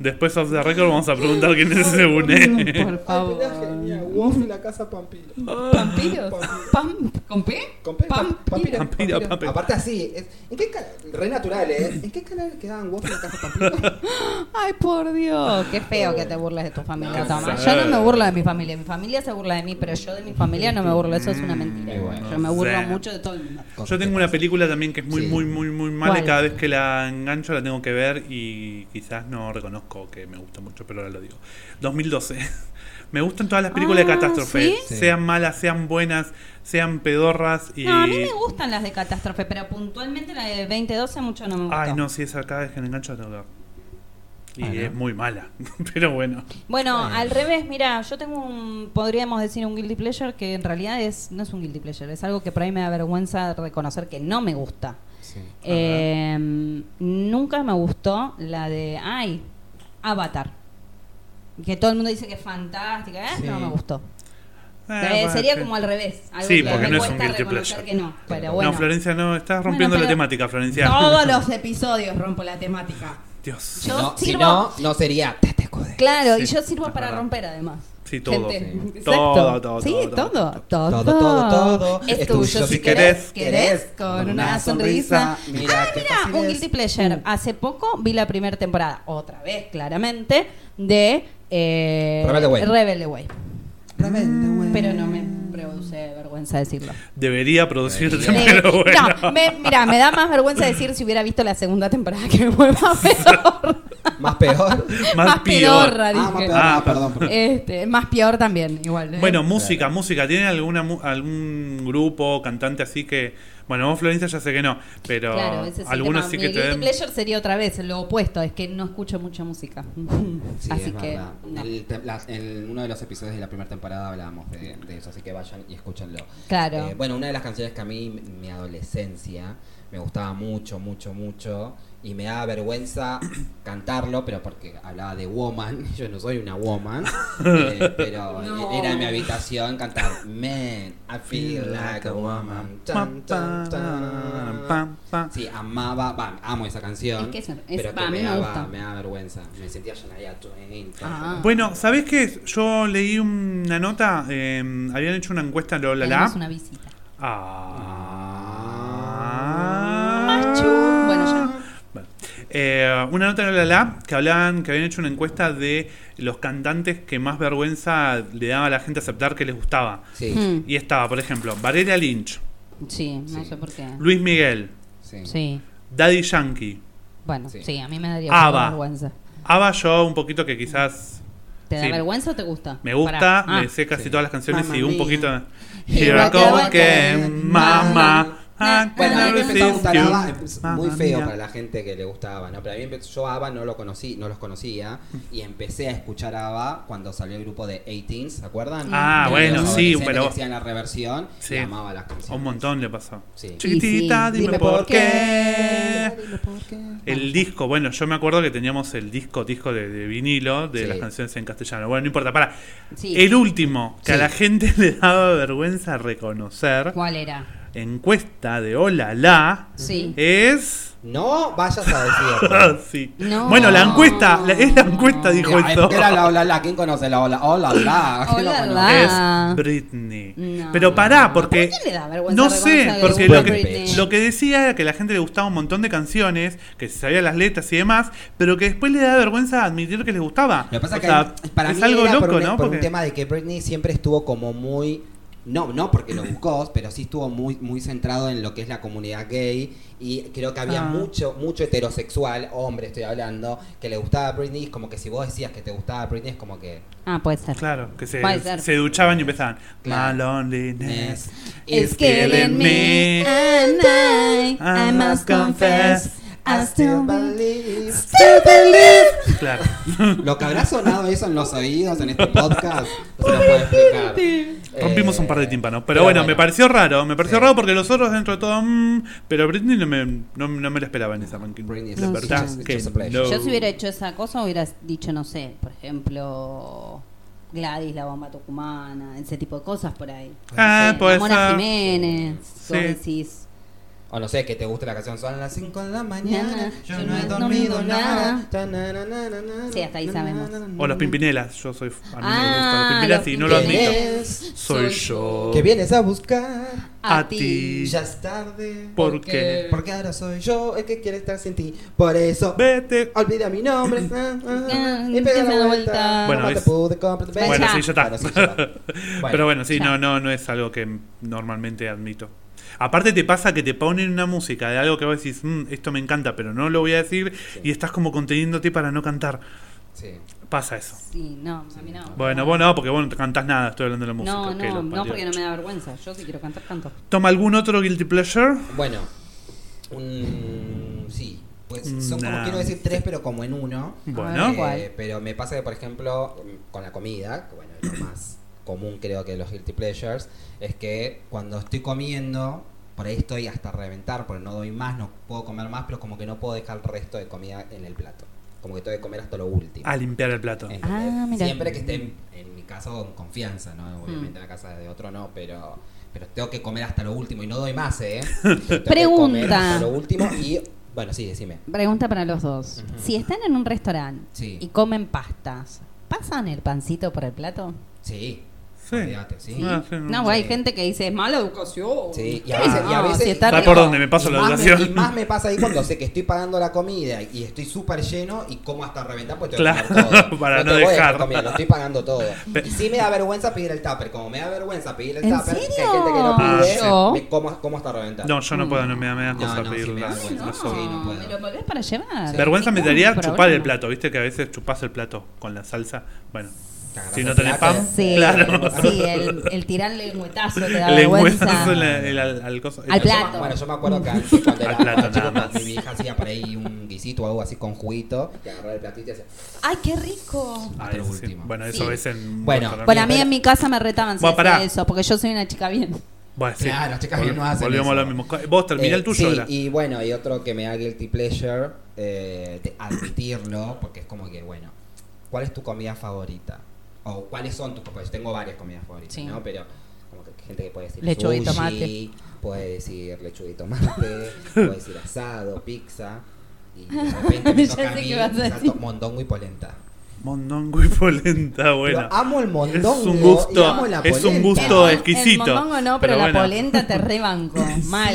[SPEAKER 3] Después off the record vamos a preguntar quién es ese buné.
[SPEAKER 2] Por
[SPEAKER 5] Ay,
[SPEAKER 2] favor.
[SPEAKER 5] mirá, genial. Wolf y la casa Pampiro.
[SPEAKER 2] ¿Vampiros? ¿Pam? ¿Con P?
[SPEAKER 5] Con P,
[SPEAKER 2] Pam-
[SPEAKER 5] Pam- Pampiro.
[SPEAKER 3] Pampiro,
[SPEAKER 5] Pampiro.
[SPEAKER 3] pampiro.
[SPEAKER 1] Aparte así, es- ¿en qué canal? Re natural, ¿eh? ¿En qué canal quedaban Wolf y la Casa Pampita?
[SPEAKER 2] Ay, por Dios. Qué feo que te burles de tu familia,
[SPEAKER 1] No,
[SPEAKER 2] Tomás.
[SPEAKER 3] sí.
[SPEAKER 2] Yo no me burlo de mi familia. Mi familia se burla de mí, pero yo de mi familia no me burlo. Eso es una mentira.
[SPEAKER 1] Mm, bueno,
[SPEAKER 2] yo me burlo
[SPEAKER 3] sí.
[SPEAKER 2] mucho de todo el mundo.
[SPEAKER 3] Yo tengo una película también que es muy,
[SPEAKER 1] Sí.
[SPEAKER 3] muy, muy, muy mala y
[SPEAKER 2] ¿Cuál?
[SPEAKER 3] cada vez que la engancho la tengo que ver y quizás no reconozco que me gusta mucho, pero ahora lo digo. 2012. Me gustan todas las películas
[SPEAKER 2] Ah,
[SPEAKER 3] de catástrofe,
[SPEAKER 1] ¿sí?
[SPEAKER 3] sean malas, sean buenas, sean pedorras y...
[SPEAKER 2] No, a mí me gustan las de catástrofe, pero puntualmente la de 2012 mucho no me gusta.
[SPEAKER 3] Ay, no, sí, esa cada vez que la engancho la tengo que ver. Y
[SPEAKER 1] Ah,
[SPEAKER 3] es muy mala, pero bueno.
[SPEAKER 2] Bueno, al revés, mira, yo tengo un, podríamos decir un guilty pleasure que en realidad es no es un guilty pleasure, es algo que por ahí me da vergüenza reconocer que no me gusta. Eh, nunca me gustó la de, ay, Avatar. Que todo el mundo dice que es fantástica, ¿eh?
[SPEAKER 1] Sí.
[SPEAKER 2] No me gustó.
[SPEAKER 3] Eh,
[SPEAKER 2] Eh,
[SPEAKER 3] bueno,
[SPEAKER 2] sería
[SPEAKER 3] sí.
[SPEAKER 2] como al revés. Algo
[SPEAKER 3] Sí,
[SPEAKER 2] que
[SPEAKER 3] porque
[SPEAKER 2] me
[SPEAKER 3] no es un
[SPEAKER 2] cuesta
[SPEAKER 3] guilty
[SPEAKER 2] reconocer
[SPEAKER 3] pleasure.
[SPEAKER 2] que no, pero bueno.
[SPEAKER 3] No, Florencia, no, estás rompiendo
[SPEAKER 2] Bueno, pero-
[SPEAKER 3] la temática, Florencia.
[SPEAKER 2] Todos los episodios rompo la temática.
[SPEAKER 3] Dios.
[SPEAKER 2] Yo
[SPEAKER 1] No, si
[SPEAKER 2] sirvo-
[SPEAKER 1] no, no sería te te cude.
[SPEAKER 2] Claro, y
[SPEAKER 3] Sí,
[SPEAKER 2] yo sirvo
[SPEAKER 3] es
[SPEAKER 2] para
[SPEAKER 3] verdad.
[SPEAKER 2] romper además.
[SPEAKER 3] Sí, todo.
[SPEAKER 2] Gente.
[SPEAKER 3] Sí.
[SPEAKER 2] Exacto.
[SPEAKER 3] Todo, todo,
[SPEAKER 2] Sí,
[SPEAKER 3] todo,
[SPEAKER 2] todo,
[SPEAKER 3] todo.
[SPEAKER 2] todo,
[SPEAKER 1] Todo, todo, todo.
[SPEAKER 2] Es tuyo si querés, querés, con una sonrisa. Ah,
[SPEAKER 1] Mira, qué
[SPEAKER 2] Mira,
[SPEAKER 1] fácil
[SPEAKER 2] un
[SPEAKER 1] es.
[SPEAKER 2] guilty
[SPEAKER 3] Mm.
[SPEAKER 2] pleasure. Hace poco vi la primera temporada, otra vez claramente, de eh,
[SPEAKER 1] Rebelde Way.
[SPEAKER 2] Rebelde Way. Mm,
[SPEAKER 1] Tremendo, güey.
[SPEAKER 2] Pero no me produce vergüenza decirlo.
[SPEAKER 3] Debería producirte,
[SPEAKER 2] Eh,
[SPEAKER 3] pero bueno.
[SPEAKER 2] No, me, mira, me da más vergüenza decir si hubiera visto la segunda temporada que fue más peor.
[SPEAKER 1] Más peor.
[SPEAKER 3] Más peor.
[SPEAKER 2] pedorra,
[SPEAKER 1] Ah, más
[SPEAKER 2] dije.
[SPEAKER 1] peor,
[SPEAKER 3] Ah,
[SPEAKER 1] ah, perdón. perdón.
[SPEAKER 2] Este, más peor también, igual. ¿eh?
[SPEAKER 3] Bueno, música, música. ¿Tiene alguna mu- algún grupo, cantante así que... Bueno, vos Florencia ya sé que no, pero
[SPEAKER 2] Claro, ese es el
[SPEAKER 3] algunos
[SPEAKER 2] tema.
[SPEAKER 3] sí
[SPEAKER 2] Mi
[SPEAKER 3] que te
[SPEAKER 2] guilty
[SPEAKER 3] den...
[SPEAKER 2] pleasure sería otra vez, lo opuesto, es que no escucho mucha música.
[SPEAKER 1] Sí,
[SPEAKER 2] Así
[SPEAKER 1] es
[SPEAKER 2] que
[SPEAKER 1] verdad.
[SPEAKER 2] no.
[SPEAKER 1] El te- la- en uno de los episodios de la primera temporada hablábamos de, de eso, así que vayan y escúchenlo.
[SPEAKER 2] Claro.
[SPEAKER 1] Eh, bueno, una de las canciones que a mí, en mi adolescencia, me gustaba mucho, mucho, mucho, y me daba vergüenza cantarlo, pero porque hablaba de woman, yo no soy una woman, eh, pero
[SPEAKER 2] No.
[SPEAKER 1] era en mi habitación cantar, man, I feel like a woman. Tan, tan, tan.
[SPEAKER 3] Pam, pam.
[SPEAKER 1] Sí, amaba, va, amo esa canción.
[SPEAKER 2] Es que es- es-
[SPEAKER 1] pero que
[SPEAKER 2] va, a mí
[SPEAKER 1] me,
[SPEAKER 2] me
[SPEAKER 1] daba,
[SPEAKER 2] gusta.
[SPEAKER 1] me daba vergüenza. Me sentía Shania Twain. todo.
[SPEAKER 2] Ah.
[SPEAKER 3] Bueno, ¿sabés qué? Yo leí una nota, eh, habían hecho una encuesta en la
[SPEAKER 2] Tenemos una visita.
[SPEAKER 3] Ah.
[SPEAKER 2] Machu. Bueno, ya.
[SPEAKER 3] Bueno. Eh, una nota en la la que hablaban que habían hecho una encuesta de los cantantes que más vergüenza le daba a la gente aceptar que les gustaba.
[SPEAKER 1] Sí,
[SPEAKER 2] Mm,
[SPEAKER 3] Y estaba, por ejemplo, Valeria Lynch,
[SPEAKER 2] Sí, no
[SPEAKER 1] Sí.
[SPEAKER 2] sé por qué.
[SPEAKER 3] Luis Miguel,
[SPEAKER 1] sí.
[SPEAKER 2] Sí.
[SPEAKER 3] Daddy Yankee,
[SPEAKER 2] Bueno,
[SPEAKER 1] Sí.
[SPEAKER 2] sí, a mí me daría
[SPEAKER 3] Ava.
[SPEAKER 2] vergüenza.
[SPEAKER 3] Ava yo un poquito que quizás
[SPEAKER 2] ¿Te da
[SPEAKER 3] Sí.
[SPEAKER 2] vergüenza o te gusta?
[SPEAKER 3] me gusta,
[SPEAKER 2] Pará. Ah.
[SPEAKER 3] me sé casi
[SPEAKER 1] sí.
[SPEAKER 3] todas las canciones
[SPEAKER 5] Mamma
[SPEAKER 3] y un
[SPEAKER 5] mía.
[SPEAKER 3] poquito...
[SPEAKER 2] Y
[SPEAKER 3] Here I go
[SPEAKER 2] Rock
[SPEAKER 3] again,
[SPEAKER 2] Again,
[SPEAKER 3] mama.
[SPEAKER 2] mama.
[SPEAKER 3] I
[SPEAKER 1] eh, Bueno, a mí
[SPEAKER 3] cannot
[SPEAKER 1] me empezó a
[SPEAKER 3] resist
[SPEAKER 1] gustar
[SPEAKER 3] you.
[SPEAKER 1] ABBA, es muy
[SPEAKER 3] Mamma
[SPEAKER 1] feo
[SPEAKER 3] mía.
[SPEAKER 1] para la gente que le gusta ABBA, ¿no? Pero a mí empezó- yo ABBA no lo conocí, no los conocía y empecé a escuchar ABBA cuando salió el grupo de 18 ¿se acuerdan?
[SPEAKER 3] Ah,
[SPEAKER 1] De
[SPEAKER 3] bueno,
[SPEAKER 1] los
[SPEAKER 3] sí,
[SPEAKER 1] adolescentes
[SPEAKER 3] pero-
[SPEAKER 1] que hacían la reversión
[SPEAKER 3] Sí.
[SPEAKER 1] y amaba las canciones.
[SPEAKER 3] Un montón le pasó.
[SPEAKER 1] Sí.
[SPEAKER 2] Sí.
[SPEAKER 3] Chiquitita,
[SPEAKER 2] sí.
[SPEAKER 3] dime,
[SPEAKER 1] Dime
[SPEAKER 3] por
[SPEAKER 1] por
[SPEAKER 3] qué.
[SPEAKER 1] Dime por qué.
[SPEAKER 3] El disco, bueno, yo me acuerdo que teníamos el disco, disco de, de vinilo de
[SPEAKER 1] Sí.
[SPEAKER 3] las canciones en castellano. Bueno, no importa, para.
[SPEAKER 2] Sí.
[SPEAKER 3] El último que a
[SPEAKER 1] Sí.
[SPEAKER 3] la gente le daba vergüenza reconocer,
[SPEAKER 2] ¿Cuál era?
[SPEAKER 3] encuesta de hola la,
[SPEAKER 2] Sí.
[SPEAKER 3] es.
[SPEAKER 1] No vayas a decirlo.
[SPEAKER 3] sí.
[SPEAKER 2] No.
[SPEAKER 3] Bueno, la encuesta, la- es la encuesta, dijo
[SPEAKER 1] Mira,
[SPEAKER 3] esto.
[SPEAKER 1] ¿qué era la hola la? ¿Quién conoce la hola? Hola la. ¿Quién lo
[SPEAKER 2] Hola,
[SPEAKER 1] conoce?
[SPEAKER 2] la. Ah.
[SPEAKER 3] Es Britney.
[SPEAKER 2] No.
[SPEAKER 3] Pero pará, porque.
[SPEAKER 2] ¿Por qué le da vergüenza
[SPEAKER 3] no
[SPEAKER 2] reconocer
[SPEAKER 3] sé,
[SPEAKER 2] que
[SPEAKER 3] porque
[SPEAKER 2] le gusta
[SPEAKER 3] lo que,
[SPEAKER 2] Britney?
[SPEAKER 3] lo que decía era que a la gente le gustaba un montón de canciones, que se sabía las letras y demás, pero que después le da vergüenza admitir que les gustaba.
[SPEAKER 1] Lo que pasa
[SPEAKER 3] O
[SPEAKER 1] que
[SPEAKER 3] sea,
[SPEAKER 1] hay- para
[SPEAKER 3] es
[SPEAKER 1] mí
[SPEAKER 3] algo
[SPEAKER 1] era
[SPEAKER 3] loco,
[SPEAKER 1] por, un,
[SPEAKER 3] ¿no?
[SPEAKER 1] por un
[SPEAKER 3] Porque-
[SPEAKER 1] tema de que Britney siempre estuvo como muy no, no porque lo buscó, pero sí estuvo muy, muy centrado en lo que es la comunidad gay y creo que había
[SPEAKER 3] Ah.
[SPEAKER 1] mucho, mucho heterosexual, hombre estoy hablando, que le gustaba Britney, y es como que si vos decías que te gustaba Britney es como que
[SPEAKER 2] Ah, puede ser.
[SPEAKER 3] Claro, que se,
[SPEAKER 2] Puede ser.
[SPEAKER 3] se duchaban y empezaban.
[SPEAKER 1] Claro.
[SPEAKER 3] My loneliness.
[SPEAKER 2] It's
[SPEAKER 3] It's killing
[SPEAKER 2] killing me
[SPEAKER 3] me.
[SPEAKER 2] and I, I must confess I still believe
[SPEAKER 3] Claro.
[SPEAKER 1] Lo que habrá sonado eso en los oídos en este podcast, no se lo puedo explicar.
[SPEAKER 3] Rompimos
[SPEAKER 1] Eh,
[SPEAKER 3] un par de tímpanos. Pero, bueno, me pareció raro. Me pareció
[SPEAKER 1] Sí.
[SPEAKER 3] raro porque los otros dentro de todo. mm, pero Britney no me, no, no me la esperaba en esa ranking.
[SPEAKER 1] Britney es
[SPEAKER 3] La
[SPEAKER 1] un-
[SPEAKER 3] verdad
[SPEAKER 1] it's just-
[SPEAKER 3] que
[SPEAKER 1] it's just a pleasure.
[SPEAKER 3] no.
[SPEAKER 2] Yo si hubiera hecho esa cosa hubiera dicho, no sé, por ejemplo, Gladys, la bomba tucumana, ese tipo de cosas por ahí.
[SPEAKER 3] Ah,
[SPEAKER 2] No sé,
[SPEAKER 3] puede
[SPEAKER 2] Mona
[SPEAKER 3] ser.
[SPEAKER 2] Jiménez,
[SPEAKER 3] Sí.
[SPEAKER 2] vos decís,
[SPEAKER 1] O no sé, que te guste la canción. Son las 5 de la mañana.
[SPEAKER 2] Nada,
[SPEAKER 1] Yo no he dormido nada. Ta, na, na, na, na, na,
[SPEAKER 2] Sí, hasta ahí
[SPEAKER 1] na,
[SPEAKER 2] sabemos.
[SPEAKER 1] na, na, na,
[SPEAKER 3] O los
[SPEAKER 1] na.
[SPEAKER 3] Pimpinelas, yo soy. A mí me gustan
[SPEAKER 2] Ah,
[SPEAKER 3] los Pimpinelas
[SPEAKER 2] los
[SPEAKER 3] y no lo admito.
[SPEAKER 1] Es
[SPEAKER 3] Soy yo.
[SPEAKER 1] Que vienes a buscar.
[SPEAKER 3] A ti.
[SPEAKER 1] Y ya es tarde.
[SPEAKER 3] ¿Por qué?
[SPEAKER 1] Porque ahora soy yo el que quiere estar sin ti. Por eso.
[SPEAKER 3] Vete.
[SPEAKER 1] Olvida mi nombre. ah, ah, ah, y
[SPEAKER 2] Ah,
[SPEAKER 1] pega la
[SPEAKER 2] que se
[SPEAKER 1] vuelta.
[SPEAKER 2] da vuelta.
[SPEAKER 3] Bueno,
[SPEAKER 1] No te
[SPEAKER 3] es-
[SPEAKER 1] pude comprender.
[SPEAKER 3] Bueno,
[SPEAKER 2] Ya.
[SPEAKER 3] sí, ya está.
[SPEAKER 1] Bueno, sí, ya está.
[SPEAKER 3] Pero bueno, sí,
[SPEAKER 2] Ya.
[SPEAKER 3] no, no, no es algo que normalmente admito. Aparte te pasa que te ponen una música de algo que vos decís, "Mm, esto me encanta, pero no lo voy a decir, y estás como conteniéndote para no cantar.
[SPEAKER 1] Sí.
[SPEAKER 3] Pasa eso.
[SPEAKER 2] Sí, no, a mí no.
[SPEAKER 3] Bueno, vos no, porque vos no te cantás nada, estoy hablando de la música.
[SPEAKER 2] No,
[SPEAKER 3] que
[SPEAKER 2] no,
[SPEAKER 3] los
[SPEAKER 2] no, porque no me
[SPEAKER 3] 48.
[SPEAKER 2] da vergüenza. Yo sí quiero cantar canto.
[SPEAKER 3] ¿Toma algún otro guilty pleasure?
[SPEAKER 1] Bueno, un. Sí. Pues son como,
[SPEAKER 3] Nah.
[SPEAKER 1] quiero decir, tres, pero como en uno.
[SPEAKER 3] Bueno.
[SPEAKER 2] ver, ¿cuál?
[SPEAKER 1] Eh, pero me pasa que, por ejemplo, mm, con la comida, que bueno, es lo más común creo que de los guilty pleasures, es que cuando estoy comiendo, por ahí estoy hasta reventar, porque no doy más, no puedo comer más, pero como que no puedo dejar el resto de comida en el plato. Como que tengo que comer hasta lo último.
[SPEAKER 3] A limpiar el plato.
[SPEAKER 1] ¿Entendés?
[SPEAKER 2] Ah, mira.
[SPEAKER 1] Siempre que esté, en, en mi caso, con confianza, ¿no? Obviamente en
[SPEAKER 2] Mm.
[SPEAKER 1] la casa de otro no, pero, pero tengo que comer hasta lo último y no doy más, ¿eh? Tengo Que comer
[SPEAKER 2] Pregunta.
[SPEAKER 1] hasta lo último y, bueno, sí, decime.
[SPEAKER 2] Pregunta para los dos.
[SPEAKER 1] Ujú.
[SPEAKER 2] Si están en un restaurante
[SPEAKER 1] Sí.
[SPEAKER 2] y comen pastas, ¿pasan el pancito por el plato?
[SPEAKER 1] Sí.
[SPEAKER 3] Sí.
[SPEAKER 1] olvídate, sí.
[SPEAKER 3] Ah, sí,
[SPEAKER 2] No,
[SPEAKER 1] sí.
[SPEAKER 2] güey, hay gente que dice, es mala educación.
[SPEAKER 1] Sí, y a veces- y a
[SPEAKER 2] No,
[SPEAKER 1] veces-
[SPEAKER 2] si está
[SPEAKER 1] Va
[SPEAKER 2] rico.
[SPEAKER 3] por donde me paso
[SPEAKER 1] Y
[SPEAKER 3] la
[SPEAKER 1] más me-
[SPEAKER 3] educación.
[SPEAKER 1] y más me pasa ahí cuando sé que estoy pagando la comida y estoy súper lleno y como hasta reventar porque tengo que
[SPEAKER 3] Claro,
[SPEAKER 1] pagar todo.
[SPEAKER 3] para
[SPEAKER 1] te
[SPEAKER 3] no
[SPEAKER 1] voy a
[SPEAKER 3] dejar.
[SPEAKER 1] comida, lo estoy pagando todo.
[SPEAKER 3] Pe-
[SPEAKER 1] Y sí me da vergüenza pedir el tupper. Como me da vergüenza pedir el
[SPEAKER 2] ¿En
[SPEAKER 1] tupper, que hay
[SPEAKER 2] serio?
[SPEAKER 1] gente que no pide,
[SPEAKER 2] Ah, sí.
[SPEAKER 1] me como, como hasta reventar.
[SPEAKER 3] No, yo no puedo, no me da, me da
[SPEAKER 1] No,
[SPEAKER 3] cosa
[SPEAKER 1] no, sí me da
[SPEAKER 3] pedirlas.
[SPEAKER 1] vergüenza.
[SPEAKER 2] No,
[SPEAKER 3] las otras.
[SPEAKER 1] Sí, no puedo.
[SPEAKER 2] me lo volvés para llevar.
[SPEAKER 1] Sí.
[SPEAKER 3] Vergüenza me
[SPEAKER 2] Ningún
[SPEAKER 3] daría
[SPEAKER 2] problema.
[SPEAKER 3] chupar el plato, viste que a veces chupás el plato con la salsa. Bueno,
[SPEAKER 1] Te agarras
[SPEAKER 3] si no
[SPEAKER 1] el
[SPEAKER 3] tenés
[SPEAKER 1] plato.
[SPEAKER 3] pan,
[SPEAKER 2] Sí,
[SPEAKER 3] Claro.
[SPEAKER 2] sí el, el tirar el lengüetazo te da
[SPEAKER 3] lengüetazo,
[SPEAKER 2] vergüenza.
[SPEAKER 3] el, el, al- al coso-
[SPEAKER 2] Al
[SPEAKER 1] Yo me-
[SPEAKER 2] plato.
[SPEAKER 1] bueno, yo me acuerdo que antes, cuando
[SPEAKER 3] Al
[SPEAKER 1] era
[SPEAKER 3] plato,
[SPEAKER 1] más chico,
[SPEAKER 3] nada más.
[SPEAKER 1] mi hija hacía por ahí un guisito o algo así con juguito y agarraba el platito y hacía
[SPEAKER 2] ¡Ay, qué rico!
[SPEAKER 3] Ah,
[SPEAKER 1] Hasta lo
[SPEAKER 3] sí.
[SPEAKER 1] último.
[SPEAKER 3] Bueno, eso
[SPEAKER 2] Sí.
[SPEAKER 3] es en.
[SPEAKER 1] Bueno,
[SPEAKER 3] restaurante.
[SPEAKER 2] Bueno, a mí en mi casa me retaban si
[SPEAKER 3] Bueno,
[SPEAKER 2] hacía
[SPEAKER 3] pará.
[SPEAKER 2] eso, porque yo soy una chica bien.
[SPEAKER 3] Bueno, sí.
[SPEAKER 1] Claro, chicas, bien no hacen
[SPEAKER 3] Volvemos
[SPEAKER 1] eso.
[SPEAKER 3] a lo mismo. Vos terminá
[SPEAKER 1] Eh,
[SPEAKER 3] el tuyo.
[SPEAKER 1] sí,
[SPEAKER 3] ahora.
[SPEAKER 1] y bueno, y otro que me da guilty pleasure, eh, de admitirlo, porque es como que, bueno, ¿cuál es tu comida favorita? O cuáles son tus Porque yo tengo varias comidas favoritas,
[SPEAKER 2] Sí.
[SPEAKER 1] ¿no? Pero como que hay gente que puede decir
[SPEAKER 2] Lechuga y
[SPEAKER 1] sushi,
[SPEAKER 2] tomate.
[SPEAKER 1] puede decir lechuga y tomate, puede decir asado, pizza, y de repente me
[SPEAKER 2] Ya
[SPEAKER 1] toca a
[SPEAKER 2] sé
[SPEAKER 1] mí
[SPEAKER 2] qué vas a
[SPEAKER 1] salto
[SPEAKER 2] decir.
[SPEAKER 1] mondongo y polenta.
[SPEAKER 3] Mondongo y polenta, bueno.
[SPEAKER 1] Pero amo el mondongo
[SPEAKER 3] Es un gusto-
[SPEAKER 1] y amo la
[SPEAKER 3] es un
[SPEAKER 1] polenta.
[SPEAKER 3] gusto
[SPEAKER 2] El-
[SPEAKER 3] exquisito,
[SPEAKER 2] El mondongo no, pero,
[SPEAKER 3] pero
[SPEAKER 2] la
[SPEAKER 3] bueno.
[SPEAKER 2] polenta te rebanco. Mal.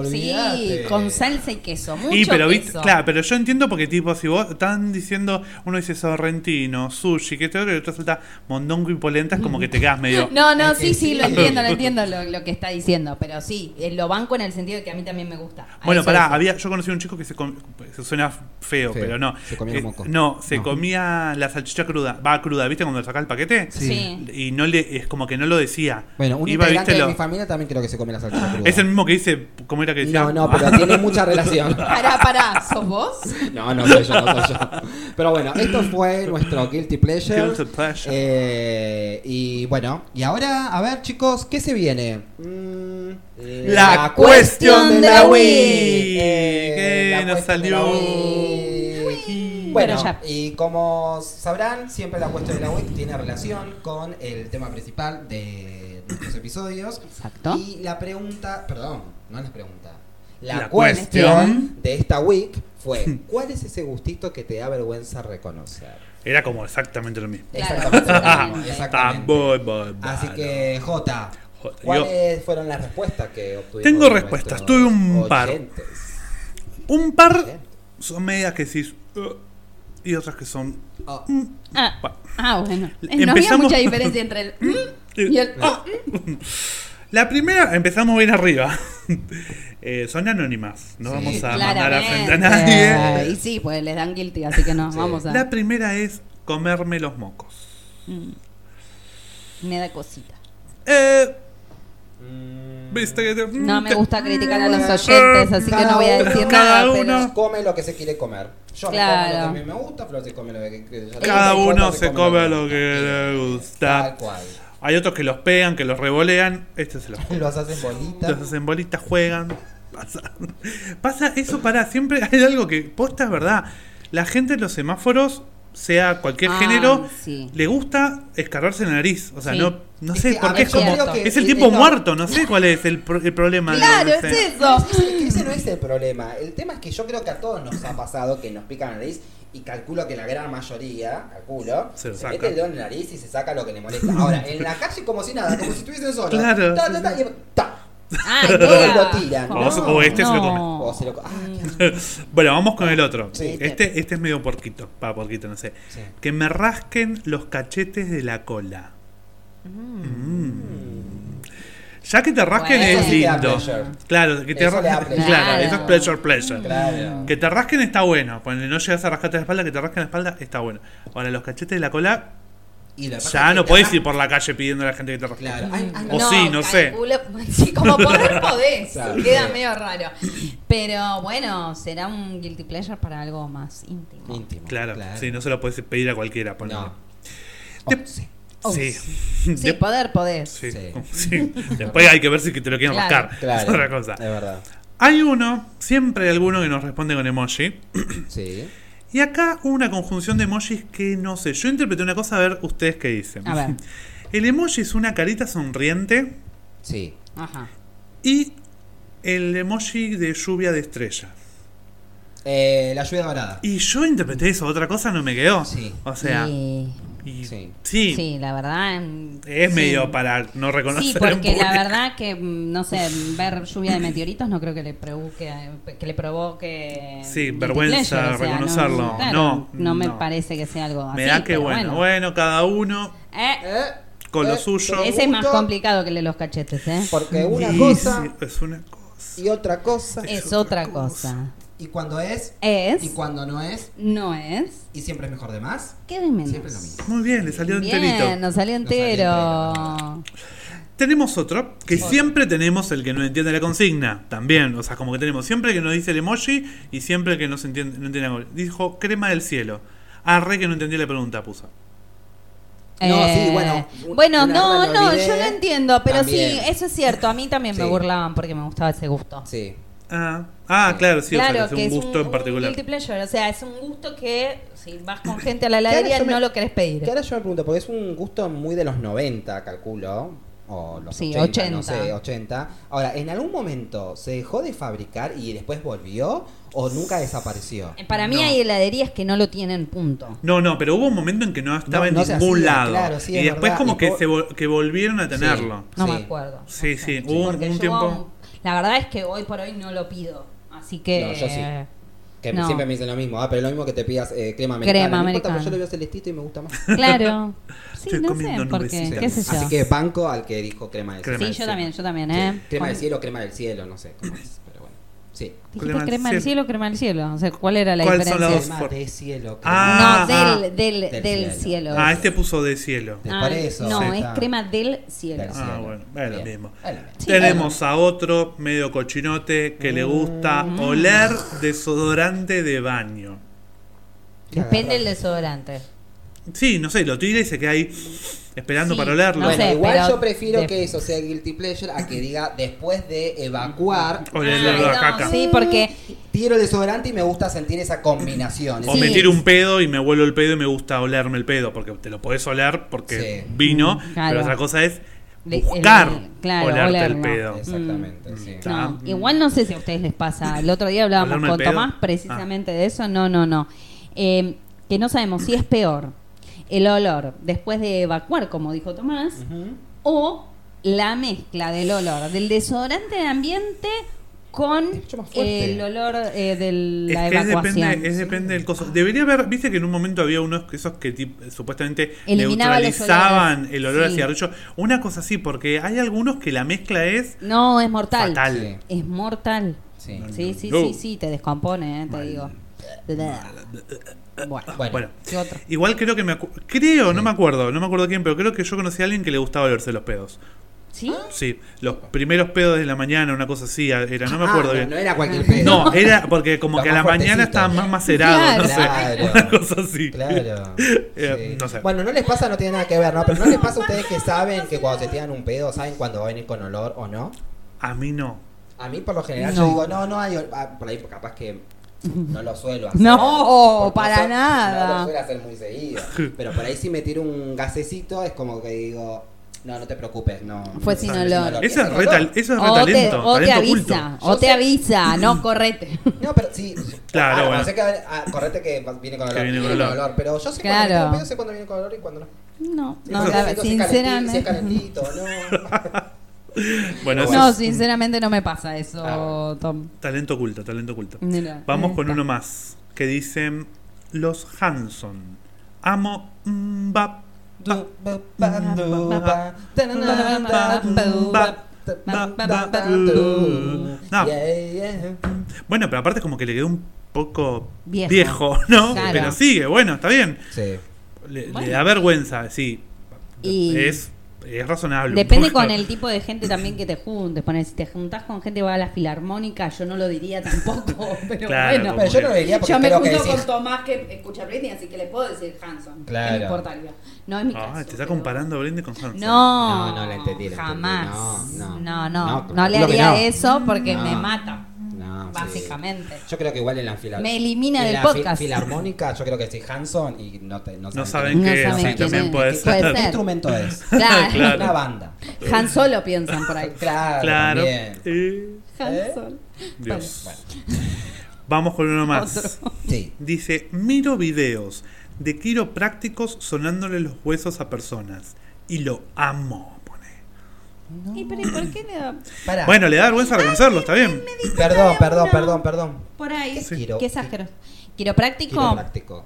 [SPEAKER 1] olvidate.
[SPEAKER 2] Sí, con salsa y queso. Mucho
[SPEAKER 3] Y pero
[SPEAKER 2] queso.
[SPEAKER 3] viste, claro, pero yo entiendo porque tipo si vos están diciendo, uno dice sorrentino, sushi, que este otro y el otro salta mondongo y polenta, es como que te quedas medio
[SPEAKER 2] No, no,
[SPEAKER 1] Es que
[SPEAKER 2] sí, sí,
[SPEAKER 1] sí.
[SPEAKER 2] lo entiendo, lo entiendo lo, lo que está diciendo. Pero sí, eh, lo banco en el sentido de que a mí también me gusta. A
[SPEAKER 3] Bueno,
[SPEAKER 2] eso
[SPEAKER 3] pará,
[SPEAKER 2] es.
[SPEAKER 3] había, yo conocí a un chico que se, com- se suena
[SPEAKER 1] Feo.
[SPEAKER 3] feo, pero no.
[SPEAKER 1] Se comía
[SPEAKER 3] Eh,
[SPEAKER 1] un moco.
[SPEAKER 3] No, se
[SPEAKER 1] No.
[SPEAKER 3] comía la salchicha cruda. Va cruda, ¿viste? Cuando le sacás el paquete.
[SPEAKER 2] Sí.
[SPEAKER 3] Y no le, es como que no lo decía.
[SPEAKER 1] Bueno, un
[SPEAKER 3] Iba,
[SPEAKER 1] integrante
[SPEAKER 3] ¿viste?
[SPEAKER 1] de
[SPEAKER 3] Lo-
[SPEAKER 1] mi familia también creo que se come la salsa cruda.
[SPEAKER 3] Es el mismo que dice, ¿cómo era que decía?
[SPEAKER 1] No, no, pero tiene mucha relación.
[SPEAKER 2] Pará, pará, ¿sos vos?
[SPEAKER 1] No, no soy yo, no soy yo. Pero bueno, esto fue nuestro Guilty Pleasure.
[SPEAKER 3] Guilty pleasure.
[SPEAKER 1] Eh, y bueno, y ahora, a ver chicos, ¿qué se viene? Mm,
[SPEAKER 3] La cuestión
[SPEAKER 2] de la Wii.
[SPEAKER 3] Que
[SPEAKER 1] Eh, la
[SPEAKER 3] nos
[SPEAKER 1] cuestión de la
[SPEAKER 3] salió.
[SPEAKER 1] Wii. Bueno,
[SPEAKER 2] Bueno, ya.
[SPEAKER 1] y como sabrán, siempre la cuestión de la Wii tiene relación con el tema principal de nuestros episodios.
[SPEAKER 2] Exacto.
[SPEAKER 1] Y la pregunta, perdón, no la pregunta. La,
[SPEAKER 3] La
[SPEAKER 1] cuestión
[SPEAKER 3] cuestión.
[SPEAKER 1] de esta week fue, ¿cuál es ese gustito que te da vergüenza reconocer?
[SPEAKER 3] Era como exactamente lo mismo.
[SPEAKER 2] Claro,
[SPEAKER 1] Exactamente,
[SPEAKER 2] exactamente.
[SPEAKER 1] exactamente.
[SPEAKER 3] Ah, voy, voy, voy,
[SPEAKER 1] Así
[SPEAKER 3] no.
[SPEAKER 1] que, Jota,
[SPEAKER 3] Jota, yo-
[SPEAKER 1] ¿cuáles fueron las respuestas que obtuvimos?
[SPEAKER 3] Tengo
[SPEAKER 1] de
[SPEAKER 3] respuestas,
[SPEAKER 1] nuestros
[SPEAKER 3] tuve un par.
[SPEAKER 1] oyentes?
[SPEAKER 3] Un par son medias que decís. "Ugh", y otras que son.
[SPEAKER 1] Oh,
[SPEAKER 3] Mm.
[SPEAKER 2] Ah,
[SPEAKER 3] Pa-
[SPEAKER 2] ah, bueno. Eh, No había
[SPEAKER 3] Empezamos-
[SPEAKER 2] mucha diferencia entre el mm y el oh.
[SPEAKER 3] La primera, empezamos bien arriba. Eh, son anónimas. No
[SPEAKER 1] Sí,
[SPEAKER 3] vamos a mandar a frente a
[SPEAKER 2] mm, Claramente.
[SPEAKER 3] nadie.
[SPEAKER 2] Y sí, pues les dan guilty, así que no,
[SPEAKER 1] Sí.
[SPEAKER 2] vamos a.
[SPEAKER 3] La primera es comerme los mocos.
[SPEAKER 2] Mm. Me da cosita.
[SPEAKER 3] Eh,
[SPEAKER 1] mm,
[SPEAKER 3] viste que te-
[SPEAKER 2] No me
[SPEAKER 3] que-
[SPEAKER 2] gusta criticar a los oyentes, así que no voy a decir
[SPEAKER 3] Cada
[SPEAKER 2] nada.
[SPEAKER 3] uno.
[SPEAKER 2] pero-
[SPEAKER 1] Come lo que se quiere comer. Yo me como lo
[SPEAKER 2] Claro.
[SPEAKER 1] que a mí me gusta, Flor se come lo que quiere.
[SPEAKER 3] Cada uno se come lo que le gusta.
[SPEAKER 1] Tal cual.
[SPEAKER 3] Hay otros que los pegan, que los revolean. Este se los
[SPEAKER 1] Los hacen bolitas.
[SPEAKER 3] Los hacen bolitas, juegan. Pasa, pasa eso para siempre. Hay algo que posta es verdad. La gente en los semáforos sea cualquier
[SPEAKER 2] Ah,
[SPEAKER 3] género,
[SPEAKER 2] sí.
[SPEAKER 3] le gusta escarbarse la nariz. O sea,
[SPEAKER 2] Sí.
[SPEAKER 3] no, no
[SPEAKER 1] Es
[SPEAKER 3] sé
[SPEAKER 1] que, a
[SPEAKER 3] por qué
[SPEAKER 1] ver,
[SPEAKER 3] es
[SPEAKER 1] yo
[SPEAKER 3] como.
[SPEAKER 1] creo que
[SPEAKER 3] Es el
[SPEAKER 1] el-
[SPEAKER 3] tiempo
[SPEAKER 1] el- no.
[SPEAKER 3] muerto, no sé cuál es el, pro- el problema. de-
[SPEAKER 2] Claro,
[SPEAKER 3] no
[SPEAKER 2] es
[SPEAKER 3] sé.
[SPEAKER 2] eso.
[SPEAKER 1] Que ese no es el problema. El tema es que yo creo que a todos nos ha pasado que nos pica la nariz y calculo que la gran mayoría, calculo,
[SPEAKER 3] Se lo saca.
[SPEAKER 1] mete el dedo en la nariz y se saca lo que le molesta. Ahora, en la calle como si nada, como si estuviesen solos.
[SPEAKER 3] Claro.
[SPEAKER 1] Ta, ta, ta, y- ta.
[SPEAKER 2] Ay,
[SPEAKER 1] Todo
[SPEAKER 2] qué
[SPEAKER 1] lo
[SPEAKER 2] asco.
[SPEAKER 1] tiran.
[SPEAKER 3] O- o este se lo come.
[SPEAKER 1] O se lo co- ah,
[SPEAKER 3] Bueno, vamos con el otro.
[SPEAKER 1] Sí.
[SPEAKER 3] Este, este es medio porquito. Para porquito, no sé.
[SPEAKER 1] Sí.
[SPEAKER 3] Que me rasquen los cachetes de la cola. Mm. Ya que te rasquen
[SPEAKER 2] Bueno.
[SPEAKER 3] es
[SPEAKER 2] Eso sí
[SPEAKER 1] te da
[SPEAKER 3] lindo.
[SPEAKER 1] pleasure.
[SPEAKER 3] Claro, que te
[SPEAKER 1] Eso le da
[SPEAKER 3] rasquen.
[SPEAKER 1] pleasure.
[SPEAKER 3] Claro, eso es
[SPEAKER 2] Claro. Mm.
[SPEAKER 3] pleasure, pleasure.
[SPEAKER 1] Claro.
[SPEAKER 3] Que te rasquen está bueno. Cuando no llegas a rascarte la espalda, que te rasquen la espalda está bueno. Ahora, los cachetes de la cola,
[SPEAKER 1] Y lo que pasa
[SPEAKER 3] ya
[SPEAKER 1] es
[SPEAKER 3] no
[SPEAKER 1] que
[SPEAKER 3] podés
[SPEAKER 1] acá-
[SPEAKER 3] ir por la calle pidiendo a la gente que te rasque.
[SPEAKER 1] Claro. Ay, ay,
[SPEAKER 3] O sí, no sé.
[SPEAKER 2] calculo- Sí, como poder podés.
[SPEAKER 1] Claro.
[SPEAKER 2] Queda medio raro. Pero bueno, será un guilty pleasure para algo más íntimo.
[SPEAKER 1] Íntimo.
[SPEAKER 3] Claro, sí, no se lo podés pedir a cualquiera. ponele.
[SPEAKER 1] No.
[SPEAKER 3] De-
[SPEAKER 1] Once.
[SPEAKER 2] Oh,
[SPEAKER 3] Sí.
[SPEAKER 2] Sí,
[SPEAKER 3] De-
[SPEAKER 2] poder podés.
[SPEAKER 3] sí,
[SPEAKER 1] Sí.
[SPEAKER 3] sí. Después hay que ver si que te lo quieren
[SPEAKER 2] Claro.
[SPEAKER 3] rascar.
[SPEAKER 1] Claro.
[SPEAKER 3] Es otra cosa.
[SPEAKER 1] Es verdad.
[SPEAKER 3] Hay uno, siempre hay alguno que nos responde con emoji.
[SPEAKER 1] Sí.
[SPEAKER 3] Y acá hubo una conjunción de emojis que no sé. Yo interpreté una cosa, a ver ustedes qué dicen.
[SPEAKER 2] A ver.
[SPEAKER 3] El emoji es una carita sonriente
[SPEAKER 1] Sí.
[SPEAKER 2] Ajá.
[SPEAKER 3] y el emoji de lluvia de estrella.
[SPEAKER 1] Eh, la lluvia dorada.
[SPEAKER 3] Y yo interpreté eso, otra cosa no me quedó.
[SPEAKER 1] Sí.
[SPEAKER 3] O sea,
[SPEAKER 2] Y-
[SPEAKER 3] y- sí.
[SPEAKER 1] Sí.
[SPEAKER 2] sí, la verdad. mm,
[SPEAKER 3] Es
[SPEAKER 2] sí.
[SPEAKER 3] medio para no reconocer.
[SPEAKER 2] Sí,
[SPEAKER 3] en
[SPEAKER 2] porque la
[SPEAKER 3] público.
[SPEAKER 2] verdad que, mm, no sé, ver lluvia de meteoritos no creo que le provoque, que le provoque...
[SPEAKER 3] Sí,
[SPEAKER 2] guilty
[SPEAKER 3] vergüenza
[SPEAKER 2] pleasure, o sea, no-
[SPEAKER 3] reconocerlo.
[SPEAKER 2] claro,
[SPEAKER 3] No,
[SPEAKER 2] no me
[SPEAKER 3] no.
[SPEAKER 2] parece que sea algo así.
[SPEAKER 3] Me da que
[SPEAKER 2] pero
[SPEAKER 3] bueno. Bueno, cada uno
[SPEAKER 2] Eh,
[SPEAKER 1] Eh,
[SPEAKER 3] con lo
[SPEAKER 1] eh,
[SPEAKER 3] suyo.
[SPEAKER 2] ese es más
[SPEAKER 1] Gusto.
[SPEAKER 2] complicado que el de los cachetes, ¿eh?
[SPEAKER 1] Porque una
[SPEAKER 3] Y
[SPEAKER 1] cosa
[SPEAKER 3] sí, es una cosa.
[SPEAKER 1] y otra cosa.
[SPEAKER 2] Es otra cosa.
[SPEAKER 1] Y cuando es, y
[SPEAKER 2] Es,
[SPEAKER 1] cuando no es,
[SPEAKER 2] no es,
[SPEAKER 1] y siempre es mejor de más,
[SPEAKER 2] ¿qué de menos?
[SPEAKER 1] siempre es lo mismo.
[SPEAKER 3] Muy bien, le salió
[SPEAKER 2] Bien,
[SPEAKER 3] enterito.
[SPEAKER 2] nos salió
[SPEAKER 1] Nos salió
[SPEAKER 2] entero.
[SPEAKER 1] entero.
[SPEAKER 3] Tenemos otro, que siempre tenemos el que no entiende la consigna, también. O sea, como que tenemos siempre el que nos dice el emoji y siempre el que no, se entiende, no entiende la consigna. Dijo crema del cielo. Arre que no entendí la pregunta, puso.
[SPEAKER 1] No, sí, bueno, un-
[SPEAKER 2] Eh, Bueno,
[SPEAKER 1] una
[SPEAKER 2] no,
[SPEAKER 1] hora lo
[SPEAKER 2] no,
[SPEAKER 1] olvidé.
[SPEAKER 2] yo lo entiendo, pero
[SPEAKER 1] También.
[SPEAKER 2] sí, eso es cierto. A mí también me
[SPEAKER 1] Sí.
[SPEAKER 2] burlaban porque me gustaba ese gusto.
[SPEAKER 1] Sí.
[SPEAKER 3] Ah, ah
[SPEAKER 1] Sí.
[SPEAKER 3] claro, sí, o sea, que es
[SPEAKER 2] que
[SPEAKER 3] un gusto en particular.
[SPEAKER 2] guilty pleasure, o sea, es un gusto que si vas con gente a la
[SPEAKER 1] ahora
[SPEAKER 2] heladería
[SPEAKER 1] yo me-
[SPEAKER 2] no lo querés pedir.
[SPEAKER 1] Que ahora yo me pregunto, porque es un gusto muy de los 90, calculo. O los
[SPEAKER 2] Sí,
[SPEAKER 1] 80, no
[SPEAKER 2] 80.
[SPEAKER 1] sé, 80. Ahora, ¿en algún momento se dejó de fabricar y después volvió o nunca desapareció?
[SPEAKER 2] Eh, Para mí
[SPEAKER 3] No.
[SPEAKER 2] hay heladerías que no lo tienen, punto.
[SPEAKER 3] No, no, pero hubo un momento en que no
[SPEAKER 1] No,
[SPEAKER 3] estaba en
[SPEAKER 1] no se
[SPEAKER 3] ningún
[SPEAKER 1] hacía,
[SPEAKER 3] lado.
[SPEAKER 1] claro, sí,
[SPEAKER 3] y
[SPEAKER 1] es
[SPEAKER 3] después
[SPEAKER 1] verdad.
[SPEAKER 3] como
[SPEAKER 1] Y
[SPEAKER 3] que,
[SPEAKER 1] po-
[SPEAKER 3] se vol- que volvieron a tenerlo.
[SPEAKER 2] No
[SPEAKER 1] Sí.
[SPEAKER 2] me acuerdo. no sé.
[SPEAKER 3] Sí, sí, hubo
[SPEAKER 2] Porque
[SPEAKER 3] un
[SPEAKER 2] yo,
[SPEAKER 3] tiempo-
[SPEAKER 2] La verdad es que hoy por hoy no lo pido. Así que.
[SPEAKER 1] No, yo sí.
[SPEAKER 2] eh,
[SPEAKER 1] Que
[SPEAKER 2] No.
[SPEAKER 1] siempre me dicen lo mismo, ah, pero lo mismo que te pidas eh, crema americana.
[SPEAKER 2] Crema
[SPEAKER 1] no importa,
[SPEAKER 2] americana.
[SPEAKER 1] porque yo le veo celestito y me gusta más.
[SPEAKER 2] Claro. Sí,
[SPEAKER 3] Estoy
[SPEAKER 2] no
[SPEAKER 3] comiendo
[SPEAKER 2] sé,
[SPEAKER 1] Eh,
[SPEAKER 2] porque.
[SPEAKER 3] nubecitas.
[SPEAKER 2] ¿Qué sé yo?
[SPEAKER 1] Así que banco al que dijo crema del
[SPEAKER 3] Crema
[SPEAKER 2] sí,
[SPEAKER 1] cielo.
[SPEAKER 2] yo
[SPEAKER 3] del cielo.
[SPEAKER 2] también, yo también,
[SPEAKER 1] Sí.
[SPEAKER 2] ¿eh?
[SPEAKER 1] Crema del
[SPEAKER 2] Con-
[SPEAKER 1] cielo, crema del cielo, no sé cómo es, pero bueno. Sí.
[SPEAKER 2] Dijiste
[SPEAKER 3] Crema
[SPEAKER 2] crema,
[SPEAKER 3] del
[SPEAKER 2] del
[SPEAKER 3] cielo.
[SPEAKER 2] cielo, crema del cielo. O sea, ¿cuál era la
[SPEAKER 3] ¿Cuál son
[SPEAKER 2] diferencia?
[SPEAKER 3] las dos?
[SPEAKER 1] Crema
[SPEAKER 3] for-
[SPEAKER 1] de cielo.
[SPEAKER 3] Ah,
[SPEAKER 2] no,
[SPEAKER 3] ah.
[SPEAKER 2] del, del,
[SPEAKER 1] Del
[SPEAKER 2] del,
[SPEAKER 1] cielo.
[SPEAKER 2] cielo.
[SPEAKER 3] Ah, este puso de cielo.
[SPEAKER 1] De-
[SPEAKER 2] Ah,
[SPEAKER 1] por eso.
[SPEAKER 2] No,
[SPEAKER 1] Sí.
[SPEAKER 2] es crema del cielo.
[SPEAKER 1] Del
[SPEAKER 3] Ah,
[SPEAKER 1] cielo.
[SPEAKER 3] bueno, es lo
[SPEAKER 1] Bien.
[SPEAKER 3] mismo.
[SPEAKER 1] Es lo mismo.
[SPEAKER 2] Sí,
[SPEAKER 3] Tenemos a otro medio cochinote que le gusta
[SPEAKER 2] Mm.
[SPEAKER 3] oler desodorante de baño.
[SPEAKER 2] Depende del desodorante.
[SPEAKER 3] Sí, no sé, lo tira y se queda ahí esperando
[SPEAKER 2] Sí,
[SPEAKER 3] para olerlo.
[SPEAKER 2] No
[SPEAKER 1] bueno,
[SPEAKER 2] sé, pero
[SPEAKER 1] igual yo prefiero
[SPEAKER 2] de-
[SPEAKER 1] que eso sea guilty pleasure a que diga después de evacuar,
[SPEAKER 3] O le le- la
[SPEAKER 2] no,
[SPEAKER 3] caca.
[SPEAKER 2] Ah, Sí, porque
[SPEAKER 1] tiro el desodorante y me gusta sentir esa combinación.
[SPEAKER 3] O
[SPEAKER 1] Ese-
[SPEAKER 3] me
[SPEAKER 2] Sí.
[SPEAKER 3] tiro un pedo y me vuelo el pedo y me gusta olerme el pedo, porque te lo podés oler porque
[SPEAKER 1] Sí.
[SPEAKER 3] vino,
[SPEAKER 2] Mm, claro.
[SPEAKER 3] pero otra cosa es
[SPEAKER 2] Le- el-
[SPEAKER 3] buscar
[SPEAKER 2] claro,
[SPEAKER 3] olerte el
[SPEAKER 2] olerlo.
[SPEAKER 3] pedo.
[SPEAKER 1] Exactamente,
[SPEAKER 3] Mm.
[SPEAKER 1] sí.
[SPEAKER 3] Está.
[SPEAKER 2] No, igual no sé si a ustedes les pasa. El otro día hablábamos
[SPEAKER 3] ¿Hablarme Ah.
[SPEAKER 2] con
[SPEAKER 3] el pedo?
[SPEAKER 2] Tomás precisamente de eso. No, no, no. Eh, que no sabemos si es peor el olor después de evacuar, como dijo Tomás,
[SPEAKER 3] Mm,
[SPEAKER 1] Ujú.
[SPEAKER 2] o la mezcla del olor del desodorante de ambiente con
[SPEAKER 1] mucho más fuerte.
[SPEAKER 2] el olor eh, de la
[SPEAKER 3] Es que es
[SPEAKER 2] evacuación.
[SPEAKER 3] depende, es depende del coso. Debería haber, viste que en un momento había unos que esos que tip- supuestamente
[SPEAKER 2] Eliminaba los
[SPEAKER 3] neutralizaban
[SPEAKER 2] olores.
[SPEAKER 3] el olor a
[SPEAKER 2] Sí.
[SPEAKER 3] cigarrillo. Una cosa así, porque hay algunos que la mezcla es
[SPEAKER 2] No, es mortal.
[SPEAKER 3] fatal.
[SPEAKER 1] Sí.
[SPEAKER 2] Es mortal.
[SPEAKER 1] Sí.
[SPEAKER 2] Sí, sí,
[SPEAKER 3] No.
[SPEAKER 2] sí, sí, te descompone, eh, te digo. Bueno,
[SPEAKER 1] Bueno,
[SPEAKER 3] Bueno.
[SPEAKER 2] Ah. ¿qué otro?
[SPEAKER 3] Igual creo que me acu- creo, no me acuerdo, no me acuerdo quién, pero creo que yo conocí a alguien que le gustaba olerse los pedos.
[SPEAKER 2] ¿Sí?
[SPEAKER 3] Sí, los primeros pedos de la mañana, una cosa así era, no me
[SPEAKER 1] Ah,
[SPEAKER 3] acuerdo
[SPEAKER 1] no,
[SPEAKER 3] bien.
[SPEAKER 1] no era cualquier pedo.
[SPEAKER 3] No, era porque como
[SPEAKER 1] Los
[SPEAKER 3] que a la
[SPEAKER 1] más
[SPEAKER 3] mañana
[SPEAKER 1] fuertecitos.
[SPEAKER 3] estaban más macerados, no sé,
[SPEAKER 1] Claro.
[SPEAKER 3] una cosa así.
[SPEAKER 1] Claro.
[SPEAKER 3] Eh,
[SPEAKER 1] Sí.
[SPEAKER 3] no sé.
[SPEAKER 1] Bueno, no les pasa, no tiene nada que ver, ¿no? Pero no les pasa a ustedes que saben que cuando se tiran un pedo, saben cuando va a venir con olor o no.
[SPEAKER 3] A mí no.
[SPEAKER 1] A mí por lo general
[SPEAKER 2] No.
[SPEAKER 1] yo digo, no, no hay olor. Ah, por ahí capaz que No lo suelo hacer.
[SPEAKER 2] No, Oh,
[SPEAKER 1] Porque
[SPEAKER 2] para
[SPEAKER 1] so-
[SPEAKER 2] nada.
[SPEAKER 1] No lo suelo hacer muy seguido. Pero por ahí si me tiro un gasecito es como que digo, no, no te preocupes, no.
[SPEAKER 2] Fue
[SPEAKER 1] no-
[SPEAKER 2] sinolon.
[SPEAKER 1] no lo-
[SPEAKER 3] Eso es
[SPEAKER 1] no
[SPEAKER 3] re,
[SPEAKER 1] lo-
[SPEAKER 3] tal- eso es re
[SPEAKER 2] o te,
[SPEAKER 3] talento,
[SPEAKER 2] o te
[SPEAKER 3] talento
[SPEAKER 2] avisa,
[SPEAKER 3] oculto.
[SPEAKER 1] Yo
[SPEAKER 2] o te
[SPEAKER 1] sé.
[SPEAKER 2] avisa, no, correte.
[SPEAKER 1] No, pero sí.
[SPEAKER 3] Claro,
[SPEAKER 1] Ah, no,
[SPEAKER 3] bueno.
[SPEAKER 1] sé que, ah, correte que viene con olor.
[SPEAKER 3] Que viene con olor.
[SPEAKER 1] Pero yo sé
[SPEAKER 2] Claro.
[SPEAKER 1] cuando me tiro un pedo, sé cuando viene con olor y cuando no.
[SPEAKER 2] No,
[SPEAKER 1] Sí,
[SPEAKER 2] no,
[SPEAKER 1] cuando siento
[SPEAKER 2] la-
[SPEAKER 1] si es calentito, Si es
[SPEAKER 2] sinceramente.
[SPEAKER 1] calentito, no.
[SPEAKER 3] Bueno, eso
[SPEAKER 2] No,
[SPEAKER 3] es
[SPEAKER 2] sinceramente no me pasa eso,
[SPEAKER 1] Ah, bueno.
[SPEAKER 2] Tom.
[SPEAKER 3] talento oculto, talento oculto.
[SPEAKER 1] Mm.
[SPEAKER 2] Mira,
[SPEAKER 3] Vamos
[SPEAKER 2] ahí
[SPEAKER 3] con
[SPEAKER 2] está.
[SPEAKER 3] uno más, que dicen los Hanson. Amo mm, Mbap.
[SPEAKER 1] Du- bu- ba- du- ba- tanana- ba- du- ba- ba- ba- ba- du.
[SPEAKER 3] No.
[SPEAKER 1] Yeah, yeah.
[SPEAKER 3] Bueno, pero aparte es como que le quedó un poco
[SPEAKER 2] Viejo.
[SPEAKER 3] viejo, ¿no?
[SPEAKER 2] Claro.
[SPEAKER 3] Pero sigue, bueno, está bien.
[SPEAKER 1] Sí.
[SPEAKER 3] Le, le
[SPEAKER 2] Bueno.
[SPEAKER 3] da vergüenza, sí.
[SPEAKER 2] Y-
[SPEAKER 3] Es, es razonable. un
[SPEAKER 2] Depende
[SPEAKER 3] poco.
[SPEAKER 2] con el tipo de gente también que te juntes. Poner, si te juntás con gente que va a la filarmónica, yo no lo diría tampoco. Pero
[SPEAKER 3] Claro,
[SPEAKER 2] bueno,
[SPEAKER 1] Pero yo no lo diría porque
[SPEAKER 2] yo me
[SPEAKER 1] creo que
[SPEAKER 2] junto
[SPEAKER 1] decís-
[SPEAKER 2] con Tomás que escucha Britney, así que le puedo decir Hanson. ¿Qué
[SPEAKER 1] Claro.
[SPEAKER 2] me importaría? No es mi caso.
[SPEAKER 3] Ay, Ah, te está
[SPEAKER 2] pero-
[SPEAKER 3] comparando Britney con Hanson.
[SPEAKER 2] No,
[SPEAKER 1] No, no, la entendí, la entendí.
[SPEAKER 2] jamás.
[SPEAKER 1] No, no.
[SPEAKER 2] no, no,
[SPEAKER 1] No,
[SPEAKER 2] no le
[SPEAKER 1] creo que
[SPEAKER 2] haría
[SPEAKER 1] no.
[SPEAKER 2] eso porque
[SPEAKER 1] No.
[SPEAKER 2] me mata,
[SPEAKER 1] No, sí.
[SPEAKER 2] básicamente.
[SPEAKER 1] Yo creo que igual en la fila.
[SPEAKER 2] Me elimina
[SPEAKER 1] en
[SPEAKER 2] del
[SPEAKER 1] la
[SPEAKER 2] podcast.
[SPEAKER 1] filarmónica, yo creo que sí, Hanson y no, te, no
[SPEAKER 3] No
[SPEAKER 1] saben
[SPEAKER 3] saben
[SPEAKER 2] No
[SPEAKER 3] qué es,
[SPEAKER 2] saben
[SPEAKER 3] sí,
[SPEAKER 2] quién
[SPEAKER 3] también
[SPEAKER 2] es.
[SPEAKER 3] puede
[SPEAKER 1] qué-
[SPEAKER 3] ser.
[SPEAKER 2] Puede
[SPEAKER 1] ¿Qué
[SPEAKER 2] ser.
[SPEAKER 1] instrumento es?
[SPEAKER 2] Claro.
[SPEAKER 1] Una banda.
[SPEAKER 2] Han Solo piensan por ahí.
[SPEAKER 1] Claro.
[SPEAKER 3] Claro.
[SPEAKER 1] también.
[SPEAKER 3] Eh,
[SPEAKER 2] Han
[SPEAKER 1] ¿Eh?
[SPEAKER 2] Solo.
[SPEAKER 3] Dios.
[SPEAKER 1] Bueno,
[SPEAKER 3] Vamos con uno más.
[SPEAKER 2] Otro.
[SPEAKER 1] sí.
[SPEAKER 3] Dice, miro videos de quiroprácticos sonándole los huesos a personas. Y lo amo, pone.
[SPEAKER 2] ¿Y pero ¿y por qué le da
[SPEAKER 1] Pará.
[SPEAKER 3] Bueno, le da vergüenza reconocerlo, está bien.
[SPEAKER 1] perdón, perdón,
[SPEAKER 2] Una-
[SPEAKER 1] perdón, perdón.
[SPEAKER 2] por ahí?
[SPEAKER 1] Sí.
[SPEAKER 2] Qué
[SPEAKER 1] Quiro-
[SPEAKER 2] exagero. Quiropráctico
[SPEAKER 1] Quiropráctico.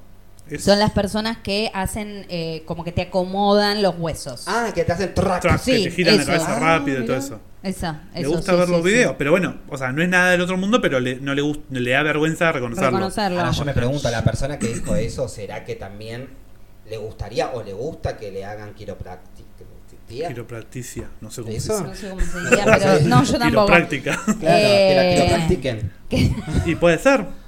[SPEAKER 3] Es-
[SPEAKER 2] son las personas que hacen eh, como que te acomodan los huesos.
[SPEAKER 1] Ah, que te hacen track.
[SPEAKER 3] Track, que
[SPEAKER 2] sí,
[SPEAKER 3] te giran
[SPEAKER 2] eso.
[SPEAKER 3] la cabeza
[SPEAKER 1] Ah,
[SPEAKER 3] rápido y todo
[SPEAKER 1] mirá.
[SPEAKER 3] eso.
[SPEAKER 2] Eso,
[SPEAKER 3] Le
[SPEAKER 2] eso,
[SPEAKER 3] gusta
[SPEAKER 2] sí,
[SPEAKER 3] ver
[SPEAKER 2] sí,
[SPEAKER 3] los
[SPEAKER 2] sí.
[SPEAKER 3] videos, pero bueno, o sea, no es nada del otro mundo, pero le- no le, gust- le da vergüenza reconocerlo.
[SPEAKER 2] Reconocerlo.
[SPEAKER 1] Ahora Ah, yo me pregunto, ¿la persona que dijo eso será que también le gustaría o le gusta que le hagan quiropráctica?
[SPEAKER 3] Quiropracticia, no sé cómo se
[SPEAKER 1] ¿Eso?
[SPEAKER 2] No sé cómo se diría, pero no, yo
[SPEAKER 3] dice.
[SPEAKER 2] tampoco.
[SPEAKER 3] Quiropráctica.
[SPEAKER 1] Claro, que la
[SPEAKER 2] Eh,
[SPEAKER 1] quiropractiquen.
[SPEAKER 3] y puede ser.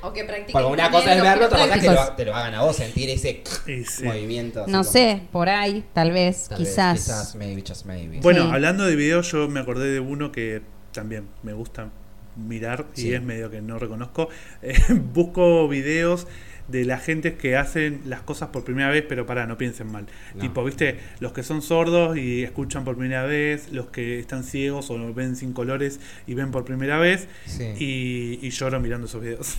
[SPEAKER 2] O que practiquen
[SPEAKER 1] Porque una
[SPEAKER 2] también
[SPEAKER 1] cosa es
[SPEAKER 2] los
[SPEAKER 1] verlo, otra cosa es que
[SPEAKER 2] quiroprácticos.
[SPEAKER 1] lo, te lo hagan a vos, sentir ese
[SPEAKER 3] Y sí.
[SPEAKER 1] movimiento. así
[SPEAKER 2] No
[SPEAKER 1] como-
[SPEAKER 2] sé, por ahí, tal vez,
[SPEAKER 1] Tal vez,
[SPEAKER 2] quizás.
[SPEAKER 1] quizás, maybe, just maybe.
[SPEAKER 3] Bueno,
[SPEAKER 2] Sí.
[SPEAKER 3] hablando de videos, yo me acordé de uno que también me gusta mirar y
[SPEAKER 1] Sí.
[SPEAKER 3] es medio que no reconozco. Eh, busco videos de la gente que hacen las cosas por primera vez, pero para, no piensen mal.
[SPEAKER 1] No.
[SPEAKER 3] Tipo, viste, los que son sordos y escuchan por primera vez, los que están ciegos o ven sin colores y ven por primera vez,
[SPEAKER 1] Sí.
[SPEAKER 3] y, y lloro mirando esos videos.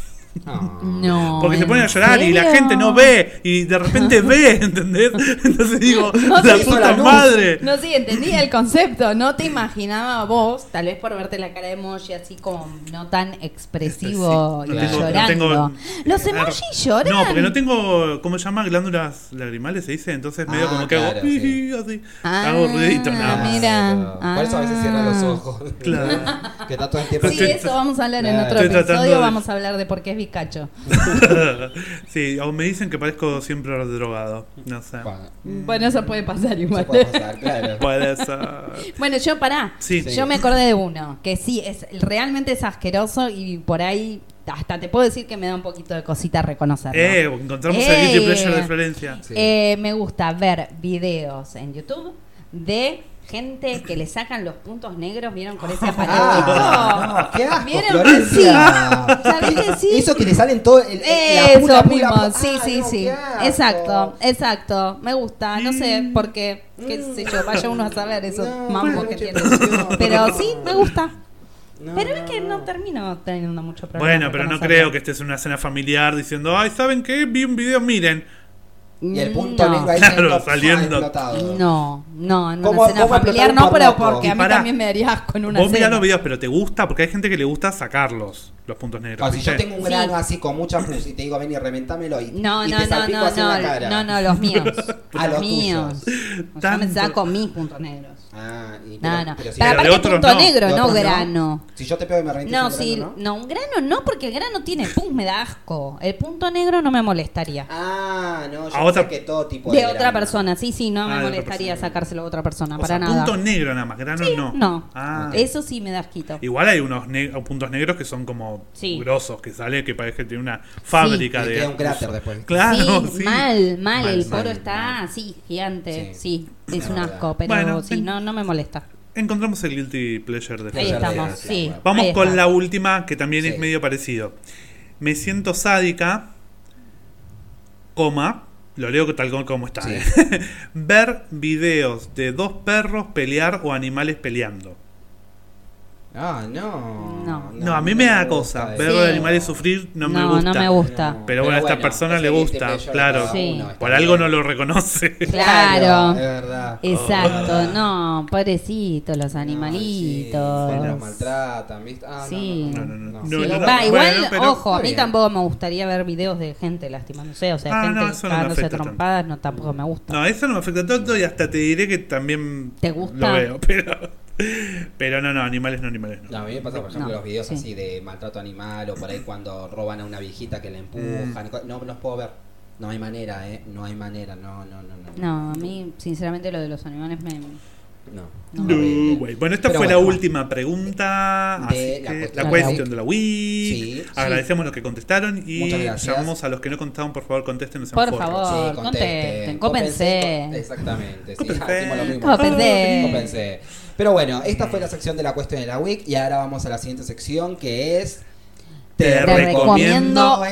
[SPEAKER 1] Ah.
[SPEAKER 2] No.
[SPEAKER 3] Porque se
[SPEAKER 2] ¿en
[SPEAKER 3] ponen a llorar y la
[SPEAKER 2] serio?
[SPEAKER 3] gente no ve y de repente ve, ¿entendés? Entonces digo, la
[SPEAKER 2] sí,
[SPEAKER 3] puta
[SPEAKER 1] la luz.
[SPEAKER 3] madre.
[SPEAKER 2] No, sí, entendía el concepto. No te imaginaba vos, tal vez por verte la cara de emoji así como no tan expresivo
[SPEAKER 3] Sí,
[SPEAKER 2] y
[SPEAKER 1] no tengo- no
[SPEAKER 2] llorando.
[SPEAKER 3] tengo-
[SPEAKER 2] Los
[SPEAKER 3] claro.
[SPEAKER 2] emojis lloran.
[SPEAKER 3] No, porque no tengo, ¿cómo se llama? Glándulas lagrimales, se dice. Entonces medio
[SPEAKER 1] Ah,
[SPEAKER 3] como que hago,
[SPEAKER 1] claro, sí.
[SPEAKER 3] así.
[SPEAKER 2] Ah,
[SPEAKER 3] hago ruidito nada
[SPEAKER 2] Ah,
[SPEAKER 3] más.
[SPEAKER 2] mira. Ah.
[SPEAKER 1] Por eso a veces cierra los ojos.
[SPEAKER 3] Claro.
[SPEAKER 1] que está todo el tiempo.
[SPEAKER 2] Sí,
[SPEAKER 3] Estoy-
[SPEAKER 2] eso vamos a hablar en
[SPEAKER 1] Claro.
[SPEAKER 2] otro
[SPEAKER 3] Estoy tratando
[SPEAKER 2] episodio.
[SPEAKER 3] de-
[SPEAKER 2] Vamos a hablar de por qué es bizcacho.
[SPEAKER 3] sí, o me dicen que parezco siempre drogado. No sé.
[SPEAKER 1] Bueno,
[SPEAKER 2] Bueno, eso puede pasar
[SPEAKER 1] se
[SPEAKER 2] igual.
[SPEAKER 1] puede pasar, claro.
[SPEAKER 3] Puede ser.
[SPEAKER 2] Bueno, yo pará.
[SPEAKER 3] Sí.
[SPEAKER 1] Sí.
[SPEAKER 2] Yo me acordé de uno, que sí, es realmente es asqueroso y por ahí hasta te puedo decir que me da un poquito de cosita reconocerlo.
[SPEAKER 3] Eh, encontramos
[SPEAKER 2] Eh.
[SPEAKER 3] el Guilty Pleasure de Florencia.
[SPEAKER 1] Sí.
[SPEAKER 2] Eh, me gusta ver videos en YouTube de gente que le sacan los puntos negros, ¿vieron? Con ese
[SPEAKER 1] Ah,
[SPEAKER 2] aparatito.
[SPEAKER 1] no, qué asco,
[SPEAKER 2] ¿Vieron?
[SPEAKER 1] Florencia.
[SPEAKER 2] Sí. ¿Sabés que sí?
[SPEAKER 1] Eso que le salen todo el, el- la
[SPEAKER 2] Eso
[SPEAKER 1] pura, pura-
[SPEAKER 2] mismo,
[SPEAKER 1] pura-
[SPEAKER 2] sí,
[SPEAKER 1] Ah,
[SPEAKER 2] sí,
[SPEAKER 1] no,
[SPEAKER 2] sí.
[SPEAKER 1] qué asco. Mm.
[SPEAKER 2] Exacto, exacto. Me gusta, no sé por qué, qué sé yo, vaya uno a saber esos
[SPEAKER 1] No,
[SPEAKER 2] mambos
[SPEAKER 1] bueno,
[SPEAKER 2] que tiene.
[SPEAKER 1] mucha presión.
[SPEAKER 2] Pero sí, me gusta.
[SPEAKER 1] No,
[SPEAKER 2] Pero es que no
[SPEAKER 1] no.
[SPEAKER 2] termino teniendo mucho problema.
[SPEAKER 3] Bueno, pero no creo que estés en una cena familiar diciendo, ay, ¿saben qué? Vi un video, miren.
[SPEAKER 1] Y el punto
[SPEAKER 2] Mm, no.
[SPEAKER 1] negro ahí
[SPEAKER 3] Claro,
[SPEAKER 1] todo
[SPEAKER 3] saliendo.
[SPEAKER 1] Ah, explotado.
[SPEAKER 2] No, no, en
[SPEAKER 1] ¿Cómo-
[SPEAKER 2] una cena
[SPEAKER 1] cómo
[SPEAKER 2] familiar
[SPEAKER 1] explotar
[SPEAKER 2] no,
[SPEAKER 1] un
[SPEAKER 2] pero
[SPEAKER 1] barroco?
[SPEAKER 2] porque a
[SPEAKER 3] Y
[SPEAKER 2] mí
[SPEAKER 3] pará,
[SPEAKER 2] también me daría asco en una
[SPEAKER 3] Vos mirá
[SPEAKER 2] cena.
[SPEAKER 3] los videos, pero te gusta, porque hay gente que le gusta sacarlos, los puntos negros.
[SPEAKER 1] O Ah, Pues si yo
[SPEAKER 3] ¿viste?
[SPEAKER 1] tengo un
[SPEAKER 2] Sí.
[SPEAKER 1] grano así con mucha pus y te digo, ven y reventámelo y,
[SPEAKER 2] No,
[SPEAKER 1] y
[SPEAKER 2] no,
[SPEAKER 1] te
[SPEAKER 2] no,
[SPEAKER 1] salpico
[SPEAKER 2] no,
[SPEAKER 1] así en la
[SPEAKER 2] no,
[SPEAKER 1] cara.
[SPEAKER 2] no, no, los míos.
[SPEAKER 1] Ah,
[SPEAKER 2] los
[SPEAKER 1] los
[SPEAKER 2] míos. Yo me
[SPEAKER 3] Tanto.
[SPEAKER 2] saco mis puntos negros.
[SPEAKER 1] Ah, y
[SPEAKER 2] No,
[SPEAKER 1] pero-
[SPEAKER 2] no.
[SPEAKER 1] pero si
[SPEAKER 2] Pero
[SPEAKER 3] de
[SPEAKER 1] yo-
[SPEAKER 2] aparte
[SPEAKER 3] otros
[SPEAKER 2] punto
[SPEAKER 3] no.
[SPEAKER 2] negro,
[SPEAKER 1] de
[SPEAKER 2] no
[SPEAKER 1] otros
[SPEAKER 2] grano.
[SPEAKER 1] Si yo te pego y me reventas
[SPEAKER 2] No,
[SPEAKER 1] un
[SPEAKER 2] sí,
[SPEAKER 1] grano, ¿no?
[SPEAKER 2] no, un grano no, porque el grano tiene pus, me da asco. El punto negro no me molestaría.
[SPEAKER 1] Ah, no, yo
[SPEAKER 3] A
[SPEAKER 1] sé
[SPEAKER 3] otra-
[SPEAKER 1] que todo tipo de
[SPEAKER 2] De otra
[SPEAKER 1] grano.
[SPEAKER 2] persona, sí, sí, no
[SPEAKER 3] Ah,
[SPEAKER 2] me
[SPEAKER 3] de otra
[SPEAKER 2] molestaría
[SPEAKER 3] persona.
[SPEAKER 2] sacárselo a otra persona,
[SPEAKER 3] O
[SPEAKER 2] Ah, para
[SPEAKER 3] sea,
[SPEAKER 2] nada.
[SPEAKER 3] punto negro nada más, grano no.
[SPEAKER 2] No,
[SPEAKER 3] Ah.
[SPEAKER 2] eso sí me da asquito.
[SPEAKER 3] Igual hay unos ne- puntos negros que son como
[SPEAKER 2] Sí.
[SPEAKER 3] grosos, que sale que parece que tiene una fábrica
[SPEAKER 1] Y
[SPEAKER 3] de.
[SPEAKER 1] queda un cráter después.
[SPEAKER 3] Claro,
[SPEAKER 2] sí,
[SPEAKER 3] sí.
[SPEAKER 2] mal, mal,
[SPEAKER 3] Mal,
[SPEAKER 2] el poro
[SPEAKER 1] mal,
[SPEAKER 2] está
[SPEAKER 1] mal.
[SPEAKER 2] así, gigante. Sí,
[SPEAKER 1] Sí.
[SPEAKER 2] es
[SPEAKER 1] Es
[SPEAKER 2] un
[SPEAKER 1] verdad.
[SPEAKER 2] asco, pero
[SPEAKER 3] Bueno,
[SPEAKER 2] sí,
[SPEAKER 3] sí.
[SPEAKER 2] no, no me molesta.
[SPEAKER 3] Encontramos el guilty pleasure de
[SPEAKER 2] Ahí
[SPEAKER 1] Ahí
[SPEAKER 3] Florencia.
[SPEAKER 2] estamos,
[SPEAKER 1] está.
[SPEAKER 2] sí.
[SPEAKER 3] Vamos
[SPEAKER 2] ahí
[SPEAKER 3] con
[SPEAKER 2] está.
[SPEAKER 3] la última, que también es
[SPEAKER 1] Sí.
[SPEAKER 3] medio parecido. me siento sádica, coma, lo leo tal cual como está,
[SPEAKER 1] Sí.
[SPEAKER 3] ¿eh? ver videos de dos perros pelear o animales peleando.
[SPEAKER 1] Ah, no.
[SPEAKER 2] No.
[SPEAKER 3] No, a mí me da
[SPEAKER 1] gusta
[SPEAKER 3] cosa,
[SPEAKER 1] eso.
[SPEAKER 3] ver
[SPEAKER 2] Sí.
[SPEAKER 3] a animales sufrir no, me gusta.
[SPEAKER 2] No me gusta.
[SPEAKER 3] Pero bueno, a esta persona
[SPEAKER 1] es
[SPEAKER 3] le
[SPEAKER 1] el
[SPEAKER 3] gusta,
[SPEAKER 1] guilty pleasure
[SPEAKER 3] claro.
[SPEAKER 1] de cada
[SPEAKER 2] Sí.
[SPEAKER 1] uno, está
[SPEAKER 3] Por algo
[SPEAKER 1] bien.
[SPEAKER 3] no lo reconoce.
[SPEAKER 2] Claro.
[SPEAKER 1] Es verdad.
[SPEAKER 2] Exacto,
[SPEAKER 1] Oh.
[SPEAKER 2] no, pobrecitos los animalitos.
[SPEAKER 1] Ay, sí, los maltratan, ¿viste? Ah,
[SPEAKER 2] Sí.
[SPEAKER 1] no, no,
[SPEAKER 3] No,
[SPEAKER 1] no,
[SPEAKER 3] no,
[SPEAKER 2] Sí.
[SPEAKER 1] Sí,
[SPEAKER 3] no, no.
[SPEAKER 2] Va, igual,
[SPEAKER 3] Bueno, pero-
[SPEAKER 2] ojo, a
[SPEAKER 1] Está
[SPEAKER 2] mí
[SPEAKER 1] bien.
[SPEAKER 2] tampoco me gustaría ver videos de gente lastimándose, o sea,
[SPEAKER 3] Ah, no,
[SPEAKER 2] gente
[SPEAKER 3] eso no me
[SPEAKER 2] cagándose a
[SPEAKER 3] afecta tanto.
[SPEAKER 2] trompadas, no, tampoco me gusta.
[SPEAKER 3] No, eso no me afecta tanto y hasta te diré que también
[SPEAKER 2] ¿Te gusta?
[SPEAKER 3] lo veo, pero, pero no, no, animales no, animales no.
[SPEAKER 1] No, a mí me pasa, por ejemplo,
[SPEAKER 2] No,
[SPEAKER 1] los videos
[SPEAKER 2] sí.
[SPEAKER 1] así de maltrato animal o por ahí cuando roban a una viejita que la
[SPEAKER 3] Mm.
[SPEAKER 1] empujan. co- No los puedo ver. No hay manera, ¿eh? No hay manera. No, no, no. No,
[SPEAKER 2] No, a mí, sinceramente, lo de los animales me...
[SPEAKER 1] No.
[SPEAKER 2] No.
[SPEAKER 3] No,
[SPEAKER 1] Horrible.
[SPEAKER 3] güey. Bueno, esta
[SPEAKER 1] Pero
[SPEAKER 3] fue la
[SPEAKER 1] bueno.
[SPEAKER 3] última pregunta, así
[SPEAKER 1] De la
[SPEAKER 3] que-
[SPEAKER 1] cuestión de
[SPEAKER 3] la,
[SPEAKER 1] la
[SPEAKER 3] cuestión
[SPEAKER 1] Wii.
[SPEAKER 3] de la Wii.
[SPEAKER 1] Sí, sí.
[SPEAKER 3] Agradecemos los que contestaron y
[SPEAKER 1] Muchas gracias.
[SPEAKER 3] llamamos a los que no contestaron, por favor, contesten. no sean
[SPEAKER 2] Por
[SPEAKER 3] forros.
[SPEAKER 2] favor.
[SPEAKER 1] Sí,
[SPEAKER 2] Oh,
[SPEAKER 1] contesten.
[SPEAKER 2] contesten, cópense.
[SPEAKER 1] co- Exactamente. Sí,
[SPEAKER 3] Cópense.
[SPEAKER 1] hacemos lo mismo.
[SPEAKER 3] Ah,
[SPEAKER 2] Cópense.
[SPEAKER 1] Cópense. Pero bueno, esta fue la sección de la cuestión de la week y ahora vamos a la siguiente sección que es.
[SPEAKER 3] Te, recomiendo
[SPEAKER 2] recomiendo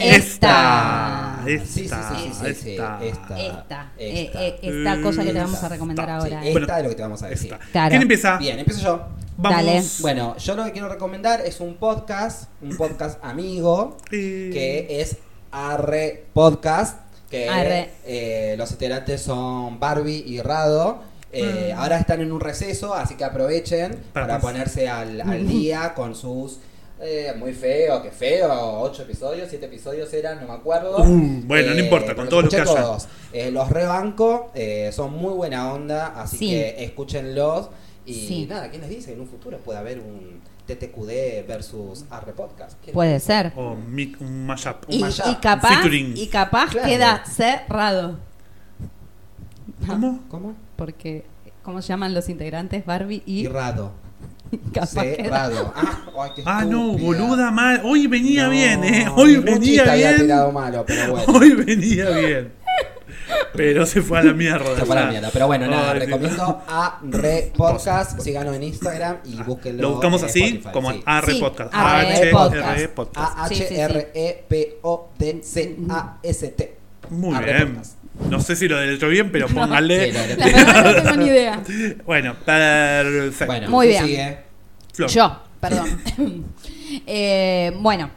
[SPEAKER 3] esta.
[SPEAKER 2] esta.
[SPEAKER 3] Esta.
[SPEAKER 1] Sí, sí, sí, sí, sí, sí,
[SPEAKER 3] esta.
[SPEAKER 1] esta.
[SPEAKER 2] Esta,
[SPEAKER 1] Esta.
[SPEAKER 2] eh, eh, esta cosa que te vamos a recomendar
[SPEAKER 3] Esta,
[SPEAKER 2] ahora.
[SPEAKER 1] Sí,
[SPEAKER 2] eh.
[SPEAKER 1] esta
[SPEAKER 3] Bueno,
[SPEAKER 1] es lo que te vamos a decir.
[SPEAKER 3] Esta.
[SPEAKER 2] Claro.
[SPEAKER 3] ¿Quién empieza?
[SPEAKER 1] Bien, empiezo yo.
[SPEAKER 3] Vamos.
[SPEAKER 2] Dale.
[SPEAKER 1] Bueno, yo lo que quiero recomendar es un podcast, un podcast amigo,
[SPEAKER 3] Eh,
[SPEAKER 1] que es Arre Podcast, que
[SPEAKER 2] Arre.
[SPEAKER 1] eh, los integrantes son Barbie y Rado.
[SPEAKER 2] Mm.
[SPEAKER 1] Eh, Ahora están en un receso, así que aprovechen
[SPEAKER 3] Para pues.
[SPEAKER 1] para,
[SPEAKER 3] pas-
[SPEAKER 1] ponerse al, al día con sus... eh, muy feo, que feo, ocho episodios, siete episodios eran, no me acuerdo. Eh,
[SPEAKER 3] Uh, bueno, no importa, con
[SPEAKER 1] porque
[SPEAKER 3] todos los que
[SPEAKER 1] escuché
[SPEAKER 3] haya.
[SPEAKER 1] todos. Eh, los rebanco, eh, son muy buena onda, así
[SPEAKER 2] Sí.
[SPEAKER 1] que escúchenlos. Y
[SPEAKER 2] Sí.
[SPEAKER 1] nada, ¿quién les dice? que En un futuro puede haber un TTQD versus Arre Podcast. ¿Quién
[SPEAKER 2] Puede ser.
[SPEAKER 3] O mic- oh, un mashup.
[SPEAKER 2] Y,
[SPEAKER 1] mashup,
[SPEAKER 2] y capaz,
[SPEAKER 3] featuring.
[SPEAKER 2] y capaz
[SPEAKER 1] Claro.
[SPEAKER 2] queda cerrado. ah.
[SPEAKER 3] ¿Cómo?
[SPEAKER 1] ¿Cómo?
[SPEAKER 2] Porque, ¿cómo se llaman los integrantes? Barbie y...
[SPEAKER 1] Y Rado.
[SPEAKER 2] capaz queda...
[SPEAKER 1] Cerrado. Ah, ay, qué
[SPEAKER 3] Ah, no,
[SPEAKER 1] estúpida.
[SPEAKER 3] boluda mal. Hoy venía
[SPEAKER 1] No,
[SPEAKER 3] bien, ¿eh? Hoy
[SPEAKER 1] ningún
[SPEAKER 3] venía
[SPEAKER 1] chiste había
[SPEAKER 3] bien.
[SPEAKER 1] tirado malo, pero bueno.
[SPEAKER 3] Hoy venía bien. Pero se fue a la mierda.
[SPEAKER 1] Se fue a la mierda. Pero bueno, nada,
[SPEAKER 3] Ay,
[SPEAKER 1] recomiendo a Re Podcast. Síganos en Instagram y búsquenlo.
[SPEAKER 3] Ah, Lo buscamos
[SPEAKER 1] en
[SPEAKER 3] así,
[SPEAKER 1] Spotify,
[SPEAKER 3] como
[SPEAKER 1] sí.
[SPEAKER 3] AR
[SPEAKER 2] Sí,
[SPEAKER 3] Podcast.
[SPEAKER 2] AR
[SPEAKER 3] AR
[SPEAKER 2] Podcast.
[SPEAKER 3] Podcast.
[SPEAKER 1] A
[SPEAKER 2] Sí, sí, sí.
[SPEAKER 1] H R E P O D C A S T.
[SPEAKER 3] Muy
[SPEAKER 1] AR
[SPEAKER 3] bien.
[SPEAKER 1] Ah, Podcast.
[SPEAKER 3] No sé si lo deletró bien, pero pónganle.
[SPEAKER 1] Sí, lo deletré.
[SPEAKER 2] La verdad no tengo ni idea.
[SPEAKER 3] Bueno, perfecto.
[SPEAKER 1] Bueno,
[SPEAKER 2] Muy
[SPEAKER 1] ¿qué
[SPEAKER 2] bien.
[SPEAKER 1] sigue?
[SPEAKER 3] Flor.
[SPEAKER 2] Yo, perdón. Eh, bueno,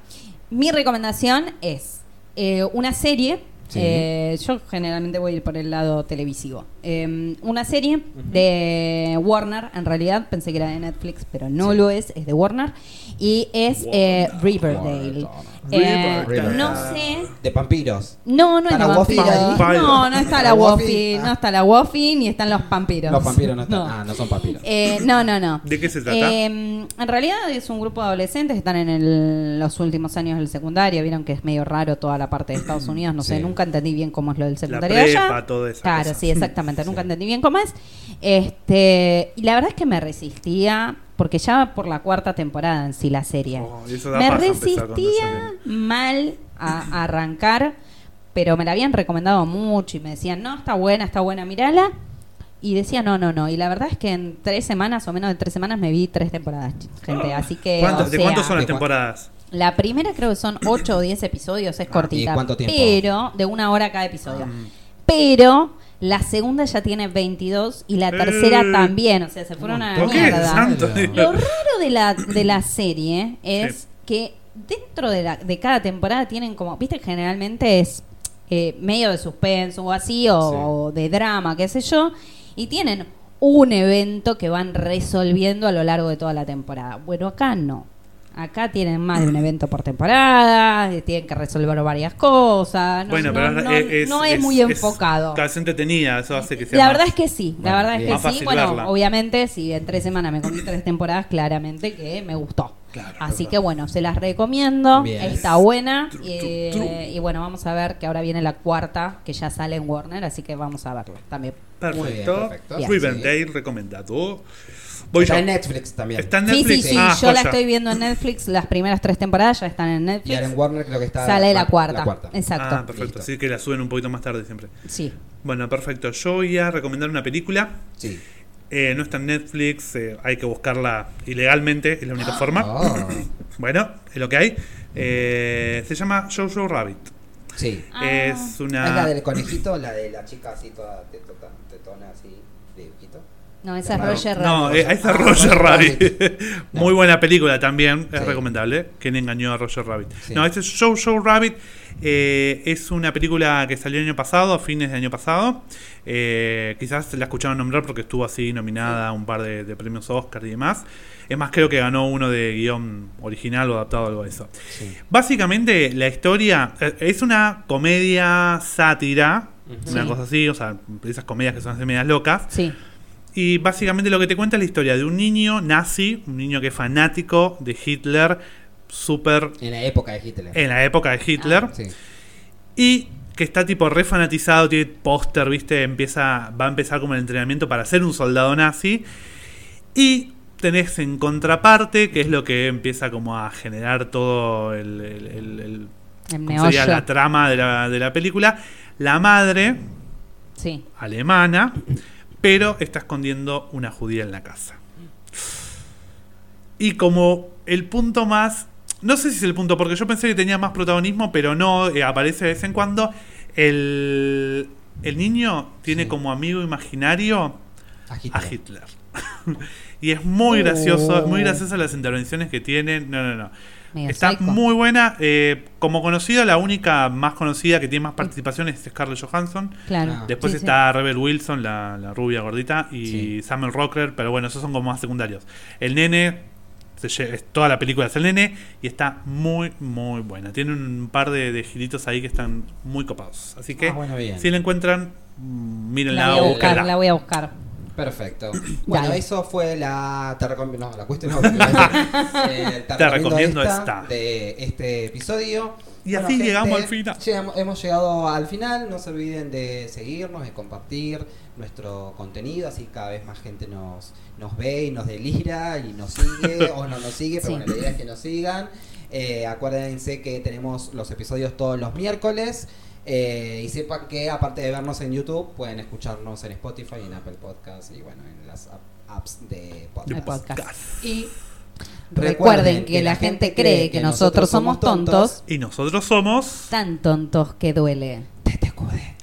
[SPEAKER 2] mi recomendación es eh, una serie.
[SPEAKER 1] Sí.
[SPEAKER 2] eh, yo generalmente voy a ir por el lado televisivo. Eh, una serie de Warner, en realidad pensé que era de Netflix, pero no lo es, es de Warner. Y es eh, Riverdale. Eh,
[SPEAKER 3] Riverdale.
[SPEAKER 2] no sé.
[SPEAKER 1] De Pampiros.
[SPEAKER 2] No, no es
[SPEAKER 1] ¿Está
[SPEAKER 2] de
[SPEAKER 1] la Wofi
[SPEAKER 2] vampiros.
[SPEAKER 3] ahí?
[SPEAKER 2] No, no está la
[SPEAKER 1] ¿La Wofi?
[SPEAKER 2] Wofi, no
[SPEAKER 1] Ah.
[SPEAKER 2] está la Wofi, ni están los vampiros.
[SPEAKER 1] Los Pampiros no están. Ah, no son Pampiros.
[SPEAKER 2] Eh, no, no, no.
[SPEAKER 3] ¿De qué se trata?
[SPEAKER 2] Eh, en realidad es un grupo de adolescentes que están en el- los últimos años del secundario. Vieron que es medio raro toda la parte de Estados Unidos. No sé,
[SPEAKER 1] Mm, Sí.
[SPEAKER 2] nunca entendí bien cómo es lo del secundario
[SPEAKER 3] La
[SPEAKER 2] de allá.
[SPEAKER 3] prepa, toda esa
[SPEAKER 2] Claro,
[SPEAKER 3] cosa.
[SPEAKER 2] sí, exactamente. Nunca entendí bien cómo es. Este, y la verdad es que me resistía, porque ya va por la cuarta temporada en sí la serie.
[SPEAKER 3] Oh, eso da
[SPEAKER 2] me
[SPEAKER 3] paja empezar con
[SPEAKER 2] resistía
[SPEAKER 3] esa
[SPEAKER 2] mal a arrancar, pero me la habían recomendado mucho y me decían, no, está buena, está buena, mírala. Y decía, no, no, no. Y la verdad es que en tres semanas o menos de tres semanas me vi tres temporadas, ch- gente. Así que.
[SPEAKER 3] ¿Cuántas-
[SPEAKER 2] o
[SPEAKER 3] ¿De
[SPEAKER 2] sea,
[SPEAKER 3] cuántos son
[SPEAKER 1] ¿de
[SPEAKER 3] las
[SPEAKER 1] cuán-
[SPEAKER 3] temporadas?
[SPEAKER 2] La primera creo que son ocho o diez episodios, es cortita.
[SPEAKER 1] Ah, cuánto tiempo?
[SPEAKER 2] Pero, de una hora cada episodio.
[SPEAKER 3] Mm.
[SPEAKER 2] Pero la segunda ya tiene 22 y la tercera
[SPEAKER 3] Eh.
[SPEAKER 2] también. O sea, se fueron a la
[SPEAKER 3] ¿Por qué?
[SPEAKER 2] mierda.
[SPEAKER 3] Santo
[SPEAKER 1] Lo
[SPEAKER 2] Lo
[SPEAKER 3] Dios.
[SPEAKER 2] raro de la, de la serie es
[SPEAKER 3] Sí.
[SPEAKER 2] que dentro de, la, de cada temporada tienen como, viste, que generalmente es eh, medio de suspenso o así, o,
[SPEAKER 1] Sí.
[SPEAKER 2] o de drama, qué sé yo, y tienen un evento que van resolviendo a lo largo de toda la temporada. Bueno, acá no. Acá tienen más de un evento por temporada, eh, tienen que resolver varias cosas. No,
[SPEAKER 3] Bueno,
[SPEAKER 2] no-
[SPEAKER 3] pero
[SPEAKER 2] no-
[SPEAKER 3] es,
[SPEAKER 2] no es, muy enfocado.
[SPEAKER 3] Claro, es entretenida, eso hace que sea.
[SPEAKER 2] La
[SPEAKER 3] más-
[SPEAKER 2] verdad es que sí, la
[SPEAKER 1] Bueno,
[SPEAKER 2] verdad
[SPEAKER 1] bien.
[SPEAKER 2] es
[SPEAKER 3] Más
[SPEAKER 2] que sí.
[SPEAKER 3] fácil
[SPEAKER 2] Bueno,
[SPEAKER 3] verla.
[SPEAKER 2] obviamente, si en tres semanas me comí tres temporadas, claramente que me gustó.
[SPEAKER 3] Claro,
[SPEAKER 2] Así
[SPEAKER 3] claro.
[SPEAKER 2] que bueno, se las recomiendo.
[SPEAKER 1] Bien.
[SPEAKER 2] Está buena.
[SPEAKER 3] Tru,
[SPEAKER 2] eh,
[SPEAKER 3] tru, tru.
[SPEAKER 2] y bueno, vamos a ver que ahora viene la cuarta, que ya sale en Warner, así que vamos a verla también.
[SPEAKER 1] Muy bien,
[SPEAKER 3] Perfecto.
[SPEAKER 1] perfecto.
[SPEAKER 2] Bien.
[SPEAKER 3] Riverdale recomendado. Voy
[SPEAKER 1] Está
[SPEAKER 3] yo.
[SPEAKER 1] en Netflix también.
[SPEAKER 3] Está en
[SPEAKER 2] Sí,
[SPEAKER 3] Netflix.
[SPEAKER 2] sí, sí,
[SPEAKER 3] Ah,
[SPEAKER 2] yo la
[SPEAKER 3] joya.
[SPEAKER 2] estoy viendo en Netflix. Las primeras tres temporadas ya están en
[SPEAKER 1] Y
[SPEAKER 2] Netflix.
[SPEAKER 1] Aaron Warner creo que está.
[SPEAKER 2] Sale la cuarta.
[SPEAKER 1] La cuarta.
[SPEAKER 2] Exacto.
[SPEAKER 3] Ah, perfecto.
[SPEAKER 1] Listo.
[SPEAKER 3] Así que la suben un poquito más tarde siempre.
[SPEAKER 2] sí.
[SPEAKER 3] Bueno, perfecto. Yo voy a recomendar una película.
[SPEAKER 1] Sí.
[SPEAKER 3] Eh, no está en
[SPEAKER 1] Ah.
[SPEAKER 3] Netflix, eh, hay que buscarla ilegalmente, es la única forma.
[SPEAKER 1] Oh.
[SPEAKER 3] Bueno, es lo que hay. Eh, se llama Jojo Rabbit.
[SPEAKER 1] Sí.
[SPEAKER 2] Ah.
[SPEAKER 1] ¿Es
[SPEAKER 3] Es
[SPEAKER 1] la
[SPEAKER 3] una.
[SPEAKER 1] del conejito? ¿La de la chica así toda tetota- tetona así de dibujito?
[SPEAKER 2] No, esa es
[SPEAKER 1] Claro.
[SPEAKER 2] Roger
[SPEAKER 3] No,
[SPEAKER 2] Rabbit.
[SPEAKER 3] eh, ahí está
[SPEAKER 1] Ah, Roger
[SPEAKER 3] Roger Rabbit. Muy buena película también, es
[SPEAKER 1] Sí.
[SPEAKER 3] recomendable. ¿Quién engañó a Roger Rabbit?
[SPEAKER 1] Sí.
[SPEAKER 3] No, este es Show Show Rabbit. eh, es una película que salió el año pasado, a fines del año pasado. Eh, quizás la escucharon nombrar porque estuvo así nominada a un par de, de premios Oscar y demás. Es más, creo que ganó uno de guión original o adaptado algo de eso.
[SPEAKER 1] Sí.
[SPEAKER 3] Básicamente, la historia eh, es una comedia sátira,
[SPEAKER 1] Ujú.
[SPEAKER 3] una
[SPEAKER 2] Sí.
[SPEAKER 3] cosa así, o sea, esas comedias que son así medias locas.
[SPEAKER 2] Sí.
[SPEAKER 3] Y básicamente lo que te cuenta es la historia de un niño nazi, un niño que es fanático de Hitler, súper
[SPEAKER 1] En la época de Hitler.
[SPEAKER 3] en la época de Hitler,
[SPEAKER 1] Sí.
[SPEAKER 3] y que está tipo re fanatizado, tiene póster, viste, empieza, va a empezar como el entrenamiento para ser un soldado nazi. Y tenés en contraparte, que es lo que empieza como a generar todo el- el- el- el-
[SPEAKER 2] En
[SPEAKER 3] ¿cómo sería
[SPEAKER 2] meollo.
[SPEAKER 3] la trama de la, de la película, la madre
[SPEAKER 2] Sí.
[SPEAKER 3] alemana, pero está escondiendo una judía en la casa. Y como el punto más, no sé si es el punto, porque yo pensé que tenía más protagonismo, pero no, eh, aparece de vez en cuando, el, el niño tiene
[SPEAKER 1] Sí.
[SPEAKER 3] como amigo imaginario
[SPEAKER 1] A Hitler.
[SPEAKER 3] a Hitler. y es muy gracioso,
[SPEAKER 2] Oh.
[SPEAKER 3] muy graciosa las intervenciones que tiene. No, no, no.
[SPEAKER 2] medio
[SPEAKER 3] Está
[SPEAKER 2] psycho.
[SPEAKER 3] muy buena. eh, como conocida, la única más conocida que tiene más participaciones es Scarlett Johansson.
[SPEAKER 2] Claro.
[SPEAKER 1] Ah.
[SPEAKER 3] Después
[SPEAKER 2] Sí, sí.
[SPEAKER 3] está Rebel Wilson, la, la rubia gordita, y
[SPEAKER 1] Sí.
[SPEAKER 3] Samuel Rocker, pero bueno, esos son como más secundarios. El nene, se lle- es- toda la película es el nene, y está muy, muy buena. Tiene un par de, de giritos ahí que están muy copados. Así que,
[SPEAKER 1] Ah, bueno, bien.
[SPEAKER 3] si la encuentran, mm,
[SPEAKER 2] La
[SPEAKER 3] mírenla
[SPEAKER 2] voy a
[SPEAKER 3] o
[SPEAKER 2] buscar,
[SPEAKER 3] búsquenla.
[SPEAKER 2] la voy a buscar.
[SPEAKER 1] Perfecto. Bueno,
[SPEAKER 2] Dale.
[SPEAKER 1] eso fue la. Te recomiendo. No, la cuestión no. porque iba a decir, eh,
[SPEAKER 3] Te recomiendo esta.
[SPEAKER 1] De este episodio.
[SPEAKER 3] Y así llegamos al final.
[SPEAKER 1] llegamos- hemos llegado al final. No se olviden de seguirnos, de compartir nuestro contenido. Así cada vez más gente nos, nos ve y nos delira y nos sigue o no nos sigue. Pero
[SPEAKER 2] Sí.
[SPEAKER 1] bueno, la idea es que nos sigan. Eh, acuérdense que tenemos los episodios todos los miércoles. Eh, y sepan que aparte de vernos en YouTube, pueden escucharnos en Spotify, en Apple Podcasts y bueno, en las app- apps de
[SPEAKER 2] El
[SPEAKER 1] podcast.
[SPEAKER 2] podcast.
[SPEAKER 1] Y
[SPEAKER 2] Recuerden que la gente cree que nosotros somos tontos,
[SPEAKER 3] Y nosotros somos...
[SPEAKER 2] tan tontos que duele.
[SPEAKER 1] Te te cuide.